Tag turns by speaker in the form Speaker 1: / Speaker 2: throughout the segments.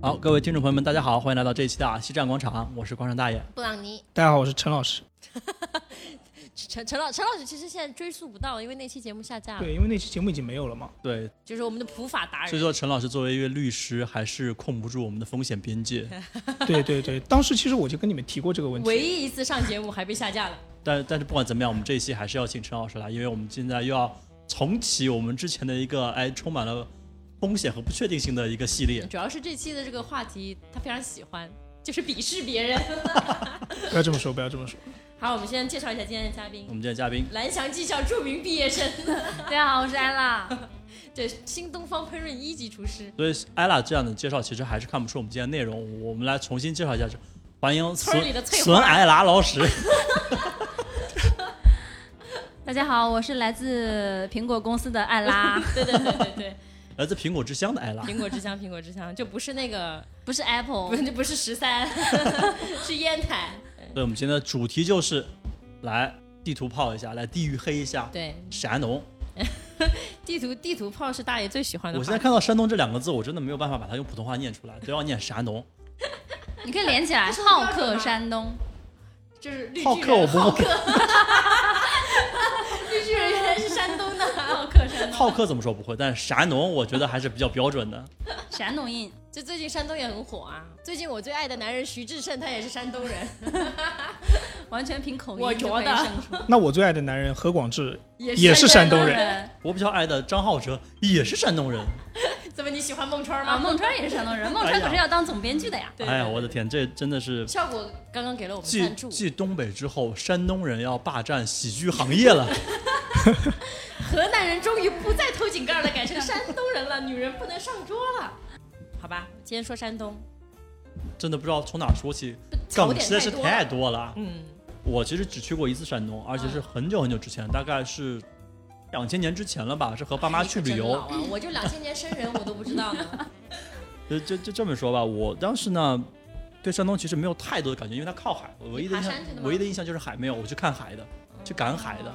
Speaker 1: 好，各位听众朋友们，大家好，欢迎来到这一期的啊西站广场，我是广场大爷。
Speaker 2: 布朗尼，
Speaker 3: 大家好，我是陈老师。
Speaker 2: 陈陈老陈老师其实现在追溯不到，因为那期节目下架了，
Speaker 3: 对，因为那期节目已经没有了嘛。
Speaker 1: 对，
Speaker 2: 就是我们的普法达
Speaker 1: 所以
Speaker 2: 人。
Speaker 1: 说陈老师作为一位律师，还是控不住我们的风险边 界。
Speaker 3: 对对对， 当时其实我就跟你们提过这个问
Speaker 2: 唯
Speaker 3: 题。
Speaker 2: 一一次上节目还被下架了，
Speaker 1: 但但是不管怎么样，我们这一期还是要请陈老师来，因为我们现在又要重启我们之前的一个哎充满了风险和不确定性的一个系列。
Speaker 2: 主要是这期的这个话题他非常喜欢，就是鄙视别人。
Speaker 3: 不要这么说，不要这么说。
Speaker 2: 好，我们先介绍一下今天的嘉宾
Speaker 1: 我，们今天嘉宾
Speaker 2: 蓝翔技校著名毕业生，
Speaker 4: 大家好，我是安娜。
Speaker 2: 对，新东方烹饪一级厨师，
Speaker 1: 所以艾拉这样的介绍其实还是看不出我们今天内容。我们来重新介绍一下，欢迎
Speaker 2: 村里的翠花
Speaker 1: 孙艾拉老师。
Speaker 4: 大家好，我是来自苹果公司的 艾拉，
Speaker 2: 对对对对对，
Speaker 1: 来自苹果之乡的艾 拉。
Speaker 2: 苹果之乡，苹果之乡，就不是那个，
Speaker 4: 不是
Speaker 2: 不
Speaker 4: Apple，
Speaker 2: 是不是十三，是烟台，
Speaker 1: 对，我们今天的主题就是来地图炮一下，来地域黑一下
Speaker 2: 对，
Speaker 1: 山东。
Speaker 2: 地图地图炮是大爷最喜欢的
Speaker 1: 我
Speaker 2: 话
Speaker 1: 现在
Speaker 2: 题。
Speaker 1: 看到山东这两个字，我真的没有办法把它用普通话念出来，都要念山东。
Speaker 4: 你可以连起来，
Speaker 2: 是那个
Speaker 4: 好客山东。
Speaker 2: 就是绿
Speaker 1: 好
Speaker 2: 巨
Speaker 1: 客我
Speaker 2: 人，
Speaker 1: 不
Speaker 2: 好客，绿巨人原来是山东 的，好客山东。
Speaker 1: 好客怎么说不会，但是山东我觉得还是比较标准的。
Speaker 4: 山东印，
Speaker 2: 就最近山东也很火啊，最近我最爱的男人徐志胜，他也是山东 人，
Speaker 4: 完全凭口音
Speaker 2: 我
Speaker 4: 就
Speaker 2: 觉
Speaker 4: 可以
Speaker 2: 得
Speaker 4: 胜出。
Speaker 3: 那我最爱的男人何广智
Speaker 2: 也
Speaker 3: 也是山东人，
Speaker 4: 人
Speaker 1: 我比较爱的张浩哲也是山东人。
Speaker 2: 怎么你喜欢孟川吗？
Speaker 4: 啊，孟川也是山东
Speaker 3: 哎
Speaker 4: 人，孟川可是要当总编剧的呀。
Speaker 2: 对
Speaker 1: 哎呀，我的天，这真的是
Speaker 2: 效果刚刚给了我们
Speaker 1: 继
Speaker 2: 赞助，
Speaker 1: 继东北之后，山东人要霸占喜剧行业了。
Speaker 2: 河南人终于不再偷井盖了，改成山东人了，女人不能上桌了。好吧，今天说山东，
Speaker 1: 真的不知道从哪说起，
Speaker 2: 槽
Speaker 1: 梗
Speaker 2: 点
Speaker 1: 实在是
Speaker 2: 多了
Speaker 1: 太多了。
Speaker 2: 嗯，
Speaker 1: 我其实只去过一次山东，而且是很久很久之前，大概是两千年之前了吧，是和爸妈去旅
Speaker 2: 真老
Speaker 1: 游。
Speaker 2: 啊，我就两千年生人，我都不知道呢。
Speaker 1: 就就就这么说吧，我当时呢，对山东其实没有太多的感觉，因为它靠海，我唯一的印象
Speaker 2: 爬山去的，吗哦
Speaker 1: 唯一的印象就是海，没有我去看海的， 去赶海的。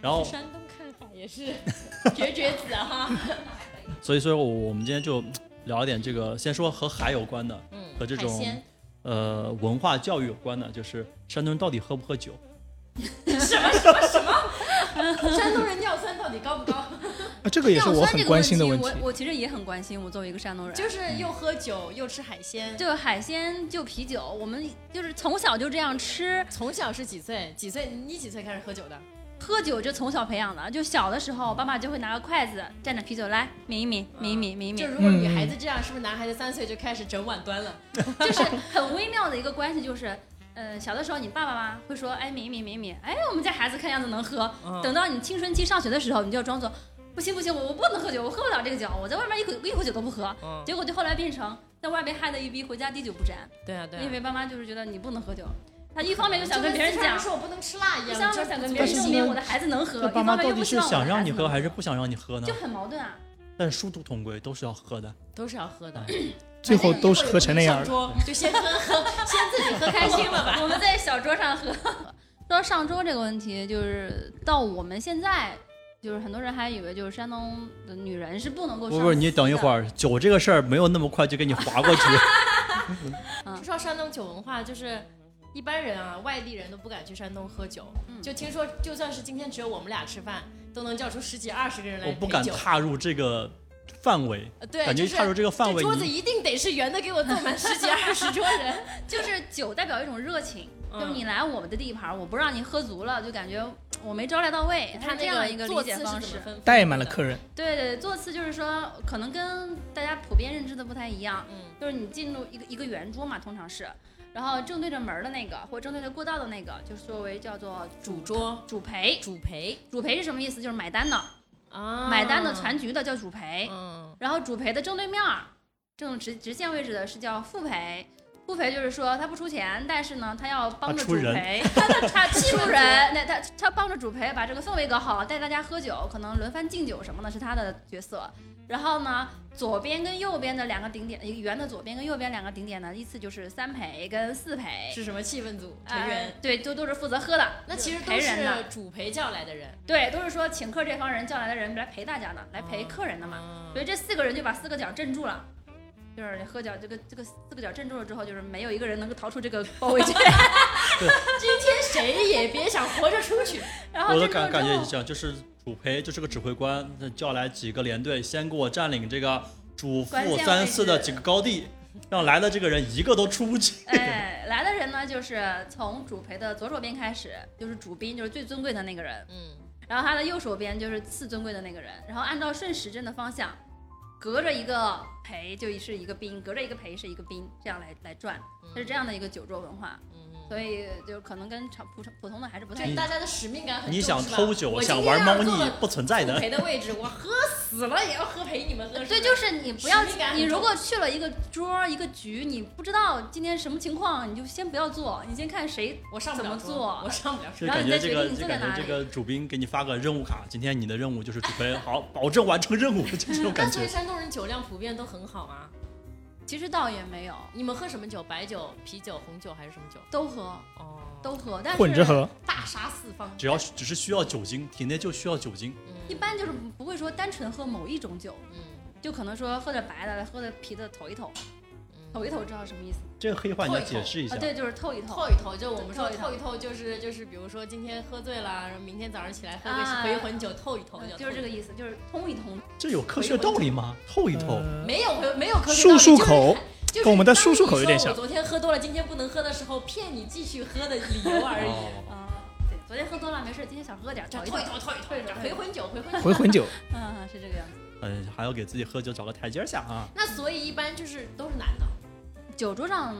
Speaker 1: 然后
Speaker 2: 去，山东看海也 是绝绝子啊哈、
Speaker 1: 所以说我我们今天就聊一点这个，先说和海有关的，
Speaker 2: 嗯，
Speaker 1: 和这
Speaker 2: 海
Speaker 1: 种
Speaker 2: 鲜
Speaker 1: 呃，文化教育有关的，就是山东人到底喝不喝酒？
Speaker 2: 什么什么什么，山东人尿酸到底高不高？
Speaker 3: 啊，这个也是我很关心的问题
Speaker 4: 我。我其实也很关心。我作为一个山东人，
Speaker 2: 就是又喝酒又吃海鲜，
Speaker 4: 就海鲜，就啤酒，我们就是从小就这样吃，
Speaker 2: 从小是几岁？几岁？你几岁开始喝酒的？
Speaker 4: 喝酒就从小培养的。就小的时候，爸爸就会拿个筷子蘸着啤酒来抿一抿，抿一抿，抿一抿。
Speaker 2: 就如果女孩子这样，是不是男孩子三岁就开始整碗端了？
Speaker 4: 就是很微妙的一个关系，就是，呃，小的时候你爸爸妈妈会说，哎，抿一抿，抿一抿，哎，我们家孩子看样子能喝。
Speaker 2: 嗯
Speaker 1: 嗯
Speaker 4: 等到你青春期上学的时候，你就要装作，不行不行，我我不能喝酒，我喝不了这个酒，我在外面一口一口酒都不喝。
Speaker 2: 嗯，
Speaker 4: 结果就后来变成在外面嗨的一逼，回家滴酒不沾，
Speaker 2: 对啊对
Speaker 4: 因为爸妈就是觉得你不能喝酒，他一方面就
Speaker 2: 就
Speaker 4: 想跟别人讲，
Speaker 2: 说我不能吃辣一
Speaker 4: 一
Speaker 2: 样，
Speaker 4: 方
Speaker 2: 就
Speaker 4: 面想跟别
Speaker 2: 别
Speaker 4: 人
Speaker 2: 人
Speaker 4: 证
Speaker 2: 证明
Speaker 4: 明
Speaker 2: 我
Speaker 4: 我的孩子能喝，
Speaker 1: 那
Speaker 4: 一
Speaker 1: 爸
Speaker 4: 方
Speaker 1: 妈到
Speaker 4: 面又
Speaker 1: 底
Speaker 4: 不希
Speaker 1: 是
Speaker 4: 望我的
Speaker 1: 想让
Speaker 4: 孩
Speaker 1: 你
Speaker 4: 子
Speaker 1: 喝
Speaker 4: 能
Speaker 1: 还是不想让你喝呢
Speaker 4: 就？很矛盾啊。
Speaker 1: 但是殊途同归，都是要喝的。
Speaker 2: 都是要喝的，
Speaker 3: 最后都是喝成那样
Speaker 2: 上
Speaker 3: 了。
Speaker 2: 桌就先喝喝，先自己喝开心了吧。
Speaker 4: 我们在小桌上喝。 说上桌这个问题，就是到我们现在，就是很多人还以为就是山东的女人是不能够
Speaker 1: 不
Speaker 4: 上。
Speaker 1: 不是，你等一会
Speaker 4: 儿。
Speaker 1: 儿，酒这个事儿没有那么快就给你划 过去。
Speaker 2: 听说山东酒文化就是一般人啊，外地人都不敢去山东喝酒。
Speaker 4: 嗯
Speaker 2: 就听说，就算是今天只有我们俩吃饭，都能叫出十几二十个人来
Speaker 1: 我不敢
Speaker 2: 陪酒
Speaker 1: 踏入这个范围，
Speaker 2: 呃对，
Speaker 1: 感觉
Speaker 2: 就
Speaker 1: 一
Speaker 2: 是
Speaker 1: 踏入这个范
Speaker 2: 这
Speaker 1: 围，
Speaker 2: 桌子
Speaker 1: 你
Speaker 2: 一定得是圆的，给我坐满十几二十桌人。
Speaker 4: 就是酒代表一种热情，
Speaker 2: 嗯
Speaker 4: 就是你来我们的地盘儿，我不让你喝足了，就感觉我没招待到位。它
Speaker 2: 他
Speaker 4: 是哎这
Speaker 2: 那
Speaker 4: 样一个
Speaker 2: 座
Speaker 4: 理
Speaker 2: 次
Speaker 4: 解
Speaker 2: 是
Speaker 4: 方
Speaker 2: 怎么
Speaker 4: 式。
Speaker 2: 分配
Speaker 3: 怠慢了
Speaker 2: 的，
Speaker 3: 客人，
Speaker 4: 对对，座次就是说，可能跟大家普遍认知的不太一样，
Speaker 2: 嗯，
Speaker 4: 就是你进入一个一个圆桌嘛，通常是，然后正对着门儿的那个或正对着过道的那个，就是作为叫做
Speaker 2: 主桌
Speaker 4: 主陪。
Speaker 2: 主陪
Speaker 4: 主陪是什么意思？就是买单的。
Speaker 2: 啊，
Speaker 4: 买单的全局的叫主陪，
Speaker 2: 嗯，
Speaker 4: 然后主陪的正对面儿，正直直线位置的是叫副陪。副陪就是说他不出钱，但是呢，他要帮着
Speaker 1: 他出
Speaker 4: 主
Speaker 1: 人
Speaker 4: 陪，他 他出人，那他他帮着主陪把这个氛围搞好，带大家喝酒，可能轮番敬酒什么的是他的角色。然后呢，左边跟右边的两个顶点，一个圆的左边跟右边两个顶点呢，依次就是三陪跟四陪
Speaker 2: 是什么气氛组成
Speaker 4: 呃
Speaker 2: 员？
Speaker 4: 对，都都是负责喝的。
Speaker 2: 哎那其实
Speaker 4: 陪
Speaker 2: 都
Speaker 4: 人的
Speaker 2: 是主陪叫来的人，
Speaker 4: 对，都是说请客
Speaker 2: 嗯
Speaker 1: 哦
Speaker 4: 这方人叫来的人来陪大家的，来陪客人的嘛。
Speaker 2: 嘛
Speaker 4: 所以这四个人就把四个角镇住了。就是你喝脚这个这个四个角镇住了之后，就是没有一个人能够逃出这个包 围圈。
Speaker 2: 今天谁也别想活着出 去。
Speaker 4: 然后
Speaker 1: 我的
Speaker 4: 镇住
Speaker 1: 感感
Speaker 4: 了
Speaker 1: 觉
Speaker 4: 之
Speaker 1: 也
Speaker 4: 后
Speaker 1: 是，这样，就是主陪就是个指挥官，他叫来几个连队，先给我占领这个主
Speaker 4: 关
Speaker 1: 副
Speaker 4: 键
Speaker 1: 三
Speaker 4: 位
Speaker 1: 四的
Speaker 4: 置
Speaker 1: 几个高地，让来的这个人一个都出不去。
Speaker 4: 哎，来的人呢就是从主陪的左手边开始，就是主宾，就是最尊贵的那个人。
Speaker 5: 嗯，
Speaker 4: 然后他的右手边就是次尊贵的那个人，然后按照顺时针的方向，隔着一个陪就是一个兵，隔着一个陪是一个兵，这样来来转，
Speaker 2: 嗯
Speaker 4: 它是这样的一个酒桌文化，
Speaker 5: 嗯，
Speaker 4: 所以就可能跟常普普通的还是不太一
Speaker 2: 对，
Speaker 4: 样。
Speaker 2: 大家的使命感
Speaker 4: 啊
Speaker 2: 很重。
Speaker 1: 你想
Speaker 2: 是吧
Speaker 1: 偷酒，
Speaker 2: 我
Speaker 1: 想
Speaker 2: 今天
Speaker 1: 玩猫
Speaker 2: 要做
Speaker 1: 腻
Speaker 2: 了，
Speaker 1: 不存在
Speaker 2: 不
Speaker 1: 的。
Speaker 2: 陪的位置，我喝死了也要喝陪你们喝。
Speaker 4: 对，
Speaker 2: 吧
Speaker 4: 就是你不要
Speaker 2: 使命感，很
Speaker 4: 你如
Speaker 2: 重
Speaker 4: 果去了一个桌儿一个局，你不知道今天什么情况，你就先不要做，你先看谁
Speaker 2: 我上不了
Speaker 4: 怎么
Speaker 2: 桌
Speaker 4: 做
Speaker 2: 我上不了桌。
Speaker 1: 就
Speaker 4: 然后
Speaker 1: 感
Speaker 4: 你
Speaker 1: 觉
Speaker 4: 再
Speaker 1: 这
Speaker 4: 决
Speaker 1: 个，
Speaker 4: 定你
Speaker 1: 就
Speaker 4: 坐
Speaker 1: 感
Speaker 4: 在
Speaker 1: 觉
Speaker 4: 哪
Speaker 1: 这
Speaker 4: 里
Speaker 1: 个主宾给你发个任务卡，今天你的任务就是主陪，好，保证完成任务，就这种
Speaker 2: 那
Speaker 1: 感
Speaker 2: 所
Speaker 1: 觉
Speaker 4: 啊
Speaker 2: 以。山东人酒量普遍都很好啊。
Speaker 4: 其实倒也没有，
Speaker 5: 你们喝什么酒？白酒、啤酒、红酒还是什么酒？
Speaker 4: 都喝
Speaker 5: 哦，
Speaker 4: 都喝，但是
Speaker 3: 混着喝，
Speaker 2: 大杀四方。
Speaker 1: 只要只是需要酒精，体内就需要酒精。
Speaker 2: 嗯
Speaker 4: 一般就是不会说单纯喝某一种酒，
Speaker 5: 嗯
Speaker 4: 就可能说喝点白的，喝点啤的投一投，
Speaker 5: 嗯，
Speaker 4: 投一投知道什么意思吗？
Speaker 1: 这个黑话你要
Speaker 2: 透一透
Speaker 1: 解释一下
Speaker 4: 啊，。对，就是透一透。
Speaker 2: 透一透，就我们说
Speaker 4: 透一透
Speaker 2: 嗯透一透，就是就是，比如说今天喝醉了，然后明天早上起来喝个
Speaker 4: 啊
Speaker 2: 回魂酒，透一透
Speaker 4: 嗯，
Speaker 2: 叫
Speaker 4: 就是这个意思，就是通一通。
Speaker 1: 这有科学道理吗？透一透，
Speaker 2: 透
Speaker 3: 呃
Speaker 2: 一透。没有回没有科学道
Speaker 3: 漱
Speaker 2: 理
Speaker 3: 漱
Speaker 2: 就是
Speaker 3: 口，
Speaker 2: 就是
Speaker 3: 跟我们的
Speaker 2: 当
Speaker 3: 漱漱
Speaker 2: 你
Speaker 3: 口有点
Speaker 2: 说
Speaker 3: 像
Speaker 2: 我昨天喝多了，今天不能喝的时候，骗你继续喝的理 由而已。
Speaker 1: 哦
Speaker 4: 啊，对，昨天喝多了没事，今天想喝点，
Speaker 2: 这
Speaker 4: 找一
Speaker 2: 透一
Speaker 4: 头
Speaker 2: 透，透一透，
Speaker 4: 对的
Speaker 2: 这
Speaker 4: 对
Speaker 2: 回
Speaker 4: 的
Speaker 2: 魂酒，回魂酒。
Speaker 3: 回魂酒，
Speaker 4: 嗯，是这个样子。
Speaker 1: 嗯，还要给自己喝酒找个台阶儿下啊。
Speaker 2: 那所以一般就是都是男的，
Speaker 4: 酒桌上，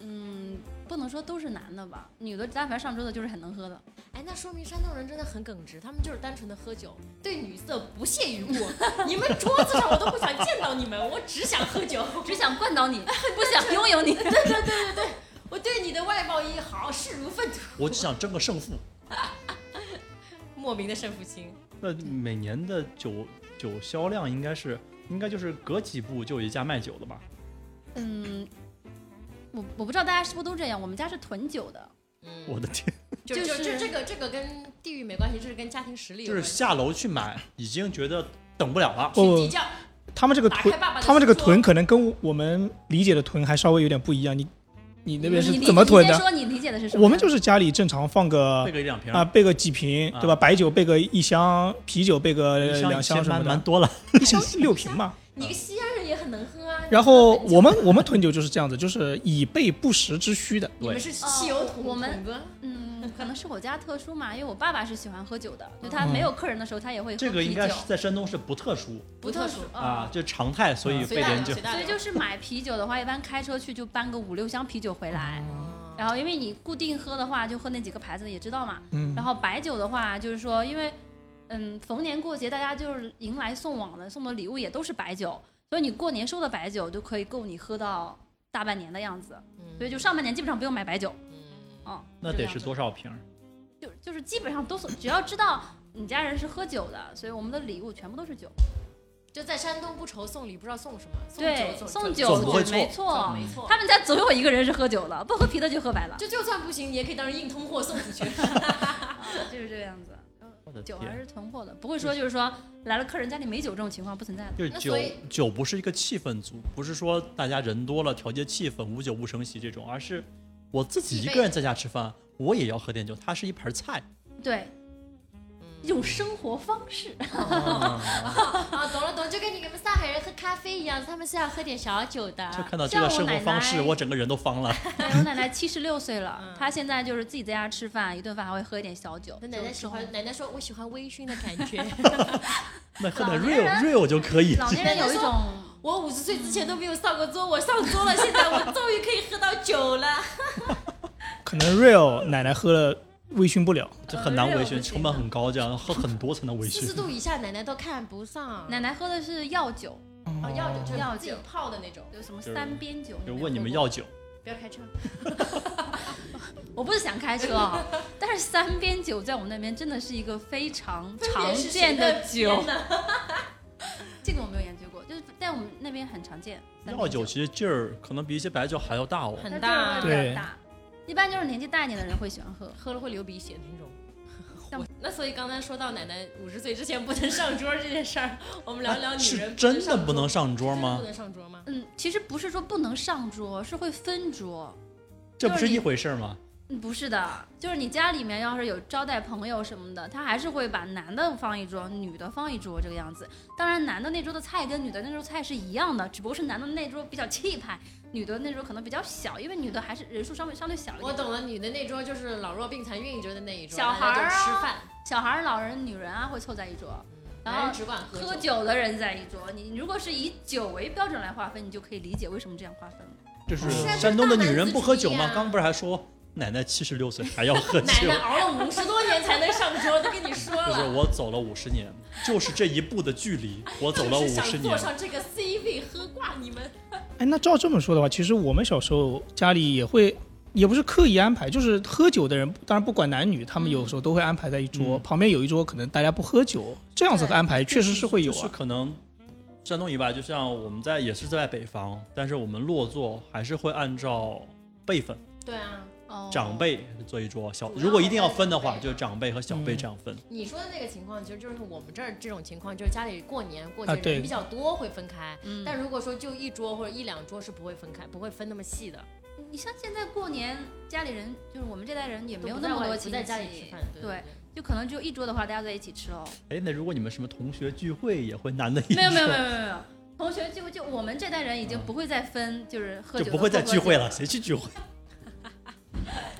Speaker 4: 嗯，不能说都是男的吧，女的但凡上桌的就是很能喝的。
Speaker 2: 哎，那说明山东人真的很耿直，他们就是单纯的喝酒，对女色不屑一顾。你们桌子上我都不想见到你们，我只想喝酒，
Speaker 4: 只想灌倒你，不想拥有你。
Speaker 2: 我对你的外貌也好视如粪土，
Speaker 1: 我只想争个胜负。
Speaker 2: 莫名的胜负心。
Speaker 1: 那每年的酒酒销量应该是，应该就是隔几步就有一家卖酒的吧？
Speaker 4: 嗯，我我不知道大家是不是都这样，我们家是囤酒的，
Speaker 5: 嗯
Speaker 1: 我的天，
Speaker 2: 就
Speaker 4: 就
Speaker 2: 就是这这个这个跟地域没关系，这是跟家庭实力有
Speaker 1: 就是
Speaker 2: 关系。
Speaker 1: 下楼去买，已经觉得等不了了。
Speaker 3: 不
Speaker 2: 去计较，
Speaker 3: 他们这个
Speaker 2: 打
Speaker 3: 囤
Speaker 2: 开，爸爸的
Speaker 3: 他们这个
Speaker 2: 书桌
Speaker 3: 囤可能跟我们理解的囤还稍微有点不一样。你你那边
Speaker 4: 你
Speaker 3: 是
Speaker 4: 理
Speaker 3: 怎么囤
Speaker 4: 你先
Speaker 3: 的？
Speaker 4: 说你理解的是什么？
Speaker 3: 我们就是家里正常放
Speaker 1: 备
Speaker 3: 个
Speaker 1: 个一两瓶
Speaker 3: 啊，
Speaker 1: 儿，
Speaker 3: 备个几瓶，对吧？白酒备个一箱，啤酒备个
Speaker 1: 一箱
Speaker 3: 呃两
Speaker 1: 一
Speaker 3: 箱
Speaker 1: 千
Speaker 3: 什么
Speaker 1: 蛮蛮
Speaker 3: 的，
Speaker 1: 多了。
Speaker 3: 一箱六瓶嘛。
Speaker 2: 你个西安人也很能喝啊。
Speaker 3: 然后我们我们囤酒就是这样子，就是以备不时之需的。
Speaker 2: 你们是
Speaker 4: 哦
Speaker 2: 汽油桶，
Speaker 4: 我们
Speaker 2: 桶子
Speaker 4: 嗯，可能是我家特殊嘛，因为我爸爸是喜欢喝酒的，就
Speaker 3: 嗯
Speaker 4: 他没有客人的时候，他也会喝啤酒。
Speaker 1: 这个应该是在山东是不特殊
Speaker 4: 不特殊嗯
Speaker 1: 啊，。这常态，所以
Speaker 2: 随
Speaker 1: 被
Speaker 2: 嗯大流
Speaker 1: 人就
Speaker 2: 随大
Speaker 4: 所以
Speaker 2: 流。
Speaker 4: 就是买啤酒的话，一般开车去就搬个五六箱啤酒回来，
Speaker 3: 哦
Speaker 2: 嗯
Speaker 4: 然后因为你固定喝的话，就喝那几个牌子的也知道嘛。
Speaker 3: 嗯
Speaker 4: 然后白酒的话，就是说因为嗯逢年过节大家就是迎来送往的，送的礼物也都是白酒，所以你过年收的白酒就可以够你喝到大半年的样子，所以就上半年基本上不用买白酒。嗯，
Speaker 1: 那
Speaker 4: 这
Speaker 1: 得
Speaker 4: 样
Speaker 1: 是
Speaker 4: 子
Speaker 1: 多少瓶儿？
Speaker 4: 就就是基本上都是，只要知道你家人是喝酒的，所以我们的礼物全部都是酒。
Speaker 2: 就在山东不愁送礼，不知道送什么，
Speaker 4: 对，
Speaker 2: 酒
Speaker 4: 送
Speaker 2: 送
Speaker 4: 酒
Speaker 1: 总不会
Speaker 4: 是没
Speaker 2: 总
Speaker 4: 错。
Speaker 2: 没错。
Speaker 4: 他们家总有一个人是喝酒的，不喝啤的就喝白的，
Speaker 2: 就就算不行，你也可以当成硬通货送出去。
Speaker 4: 就是这个
Speaker 2: 嗯
Speaker 4: 样子。
Speaker 1: 我的
Speaker 4: 酒还
Speaker 1: 天！
Speaker 4: 是囤货的，不会说就是说来了客人家里没酒这种情况不存在的。
Speaker 1: 就是
Speaker 2: 那
Speaker 1: 酒
Speaker 2: 所以
Speaker 1: 酒不是一个气氛组，不是说大家人多了调节气氛，无酒不成席这种，而是我自己一个人在家吃饭，我也要喝点酒，它是一盘菜。
Speaker 4: 对，一种生活方式。
Speaker 2: 啊，懂了懂了，就跟你们上海人喝咖啡一样，他们是要喝点小酒的。
Speaker 1: 就看到这个生活方式，
Speaker 4: 像我奶奶
Speaker 1: 我整个人都方了。
Speaker 4: 对我奶奶七十六岁了
Speaker 2: 嗯，
Speaker 4: 她现在就是自己在家吃饭，一顿饭还会喝一点小酒。
Speaker 2: 那奶奶喜欢，奶奶说我喜欢微醺的感觉。
Speaker 1: 那喝点
Speaker 4: 老年
Speaker 1: real
Speaker 4: 人
Speaker 1: real 就可以。
Speaker 4: 老年人有一种
Speaker 2: 我五十岁之前都没有上过桌，我上桌了，现在我终于可以喝到 酒了。
Speaker 3: 可能 real 奶奶喝了微醺不了，
Speaker 1: 这很难
Speaker 4: 呃
Speaker 1: 微
Speaker 4: 热不
Speaker 1: 醺，成
Speaker 4: 行
Speaker 1: 本
Speaker 4: 的
Speaker 1: 很高，这样
Speaker 2: 嗯
Speaker 1: 喝很多才能微
Speaker 2: 四十
Speaker 1: 醺。
Speaker 2: 度以下奶奶都看不上。
Speaker 4: 奶奶喝的是药酒，
Speaker 2: 哦，药酒
Speaker 4: 药
Speaker 2: 就是
Speaker 4: 酒
Speaker 2: 自己泡的那种，
Speaker 4: 有什么
Speaker 1: 就是
Speaker 4: 三边酒。
Speaker 1: 就问你们要酒，
Speaker 2: 不要开车。
Speaker 4: 我不是想开车啊，但是三边酒在我们那边真的是一个非常常见的酒，这个我没有研究过，就是在我们那边很常见。三边
Speaker 1: 药酒其实劲儿可能比一些白酒还要大哦。
Speaker 4: 它
Speaker 2: 很
Speaker 4: 劲儿
Speaker 2: 大
Speaker 4: 会，比较大，一般就是年纪大一点的人会喜欢喝。
Speaker 2: 喝了会流鼻血的那种。
Speaker 4: 像
Speaker 2: 我 那所以刚才说到奶奶五十岁之前不能上桌这件事儿，我们聊聊女
Speaker 1: 啊是
Speaker 2: 人
Speaker 1: 真的不
Speaker 2: 不
Speaker 1: 能
Speaker 2: 能
Speaker 1: 上桌
Speaker 2: 上桌真的
Speaker 1: 吗
Speaker 2: 不？能上桌吗？
Speaker 4: 嗯，其实不是说不能上桌，是会分桌。
Speaker 1: 这不
Speaker 4: 就是是
Speaker 1: 一
Speaker 4: 你
Speaker 1: 回事儿吗？
Speaker 4: 嗯不是的，就是你家里面要是有招待朋友什么的，他还是会把男的放一桌，女的放一桌这个样子。当然，男的那桌的菜跟女的那桌菜是一样的，只不过是男的那桌比较气派，女的那桌可能比较小，因为女的还是人数稍微相对小一点。
Speaker 2: 我懂了，女的那桌就是老弱病残孕，就是的那一桌，
Speaker 4: 小孩儿啊
Speaker 2: 大家都吃饭，
Speaker 4: 小孩儿、老人、女人啊会凑在一桌，
Speaker 2: 男
Speaker 4: 然
Speaker 2: 人
Speaker 4: 后
Speaker 2: 哎只管
Speaker 4: 喝
Speaker 2: 酒。
Speaker 4: 酒的人在一桌。你你如果是以酒为标准来划分，你就可以理解为什么这样划分了。
Speaker 1: 就是
Speaker 2: 是啊
Speaker 1: 山东的女
Speaker 2: 这
Speaker 1: 人
Speaker 2: 是
Speaker 1: 不喝酒
Speaker 2: 大
Speaker 1: 吗？
Speaker 2: 男子主义啊
Speaker 1: 刚不是还说奶奶七十六岁还要喝酒？
Speaker 2: 奶奶熬了五十多年才能上桌，都跟你说
Speaker 1: 就是
Speaker 2: 了，
Speaker 1: 我走了五十年，就是这一步的距 离，我走了
Speaker 2: 就
Speaker 1: 五
Speaker 2: 是想
Speaker 1: 十
Speaker 2: 坐
Speaker 1: 年。
Speaker 2: 上这个 C 位喝挂你们。
Speaker 3: 哎，那照这么说的话，其实我们小时候家里也会，也不是刻意安排，就是喝酒的人，当然不管男女，他们有时候都会安排在一桌，
Speaker 1: 嗯
Speaker 3: 旁边有一桌可能大家不喝酒，这样子的安排确实是会有
Speaker 1: 就是
Speaker 3: 啊。
Speaker 1: 可能山东以外，就像我们在也是在北方，但是我们落座还是会按照辈分，
Speaker 2: 对啊，
Speaker 4: 哦
Speaker 1: 长辈坐一桌，小
Speaker 2: 主要
Speaker 1: 如果一定要分的
Speaker 2: 还
Speaker 1: 话，
Speaker 2: 是长辈
Speaker 1: 就长辈和小辈
Speaker 3: 嗯
Speaker 1: 这样分。
Speaker 2: 你说的那个情况，其实就是我们这儿这种情况，就是家里过年过节
Speaker 3: 啊对
Speaker 2: 人比较多会分开，
Speaker 4: 嗯
Speaker 2: 但如果说就一桌或者一两桌是不会分开，不会分那么细的。
Speaker 4: 你像现在过年，家里人就是我们这代人也没有
Speaker 2: 都不
Speaker 4: 那
Speaker 2: 在
Speaker 4: 么
Speaker 2: 外
Speaker 4: 多
Speaker 2: 不
Speaker 4: 亲戚，
Speaker 2: 在家里吃饭，对
Speaker 4: 对就可能只有一桌的话，大家在一起吃喽。
Speaker 1: 哎，那如果你们什么同学聚会也会难的 一
Speaker 4: 没有没有没
Speaker 1: 桌
Speaker 4: 有没有没有，同学聚会就我们这代人已
Speaker 2: 嗯
Speaker 4: 经不会再分，就是喝酒
Speaker 1: 就
Speaker 4: 的
Speaker 1: 不会再
Speaker 4: 喝
Speaker 1: 聚会
Speaker 4: 酒
Speaker 1: 了，谁去聚 会？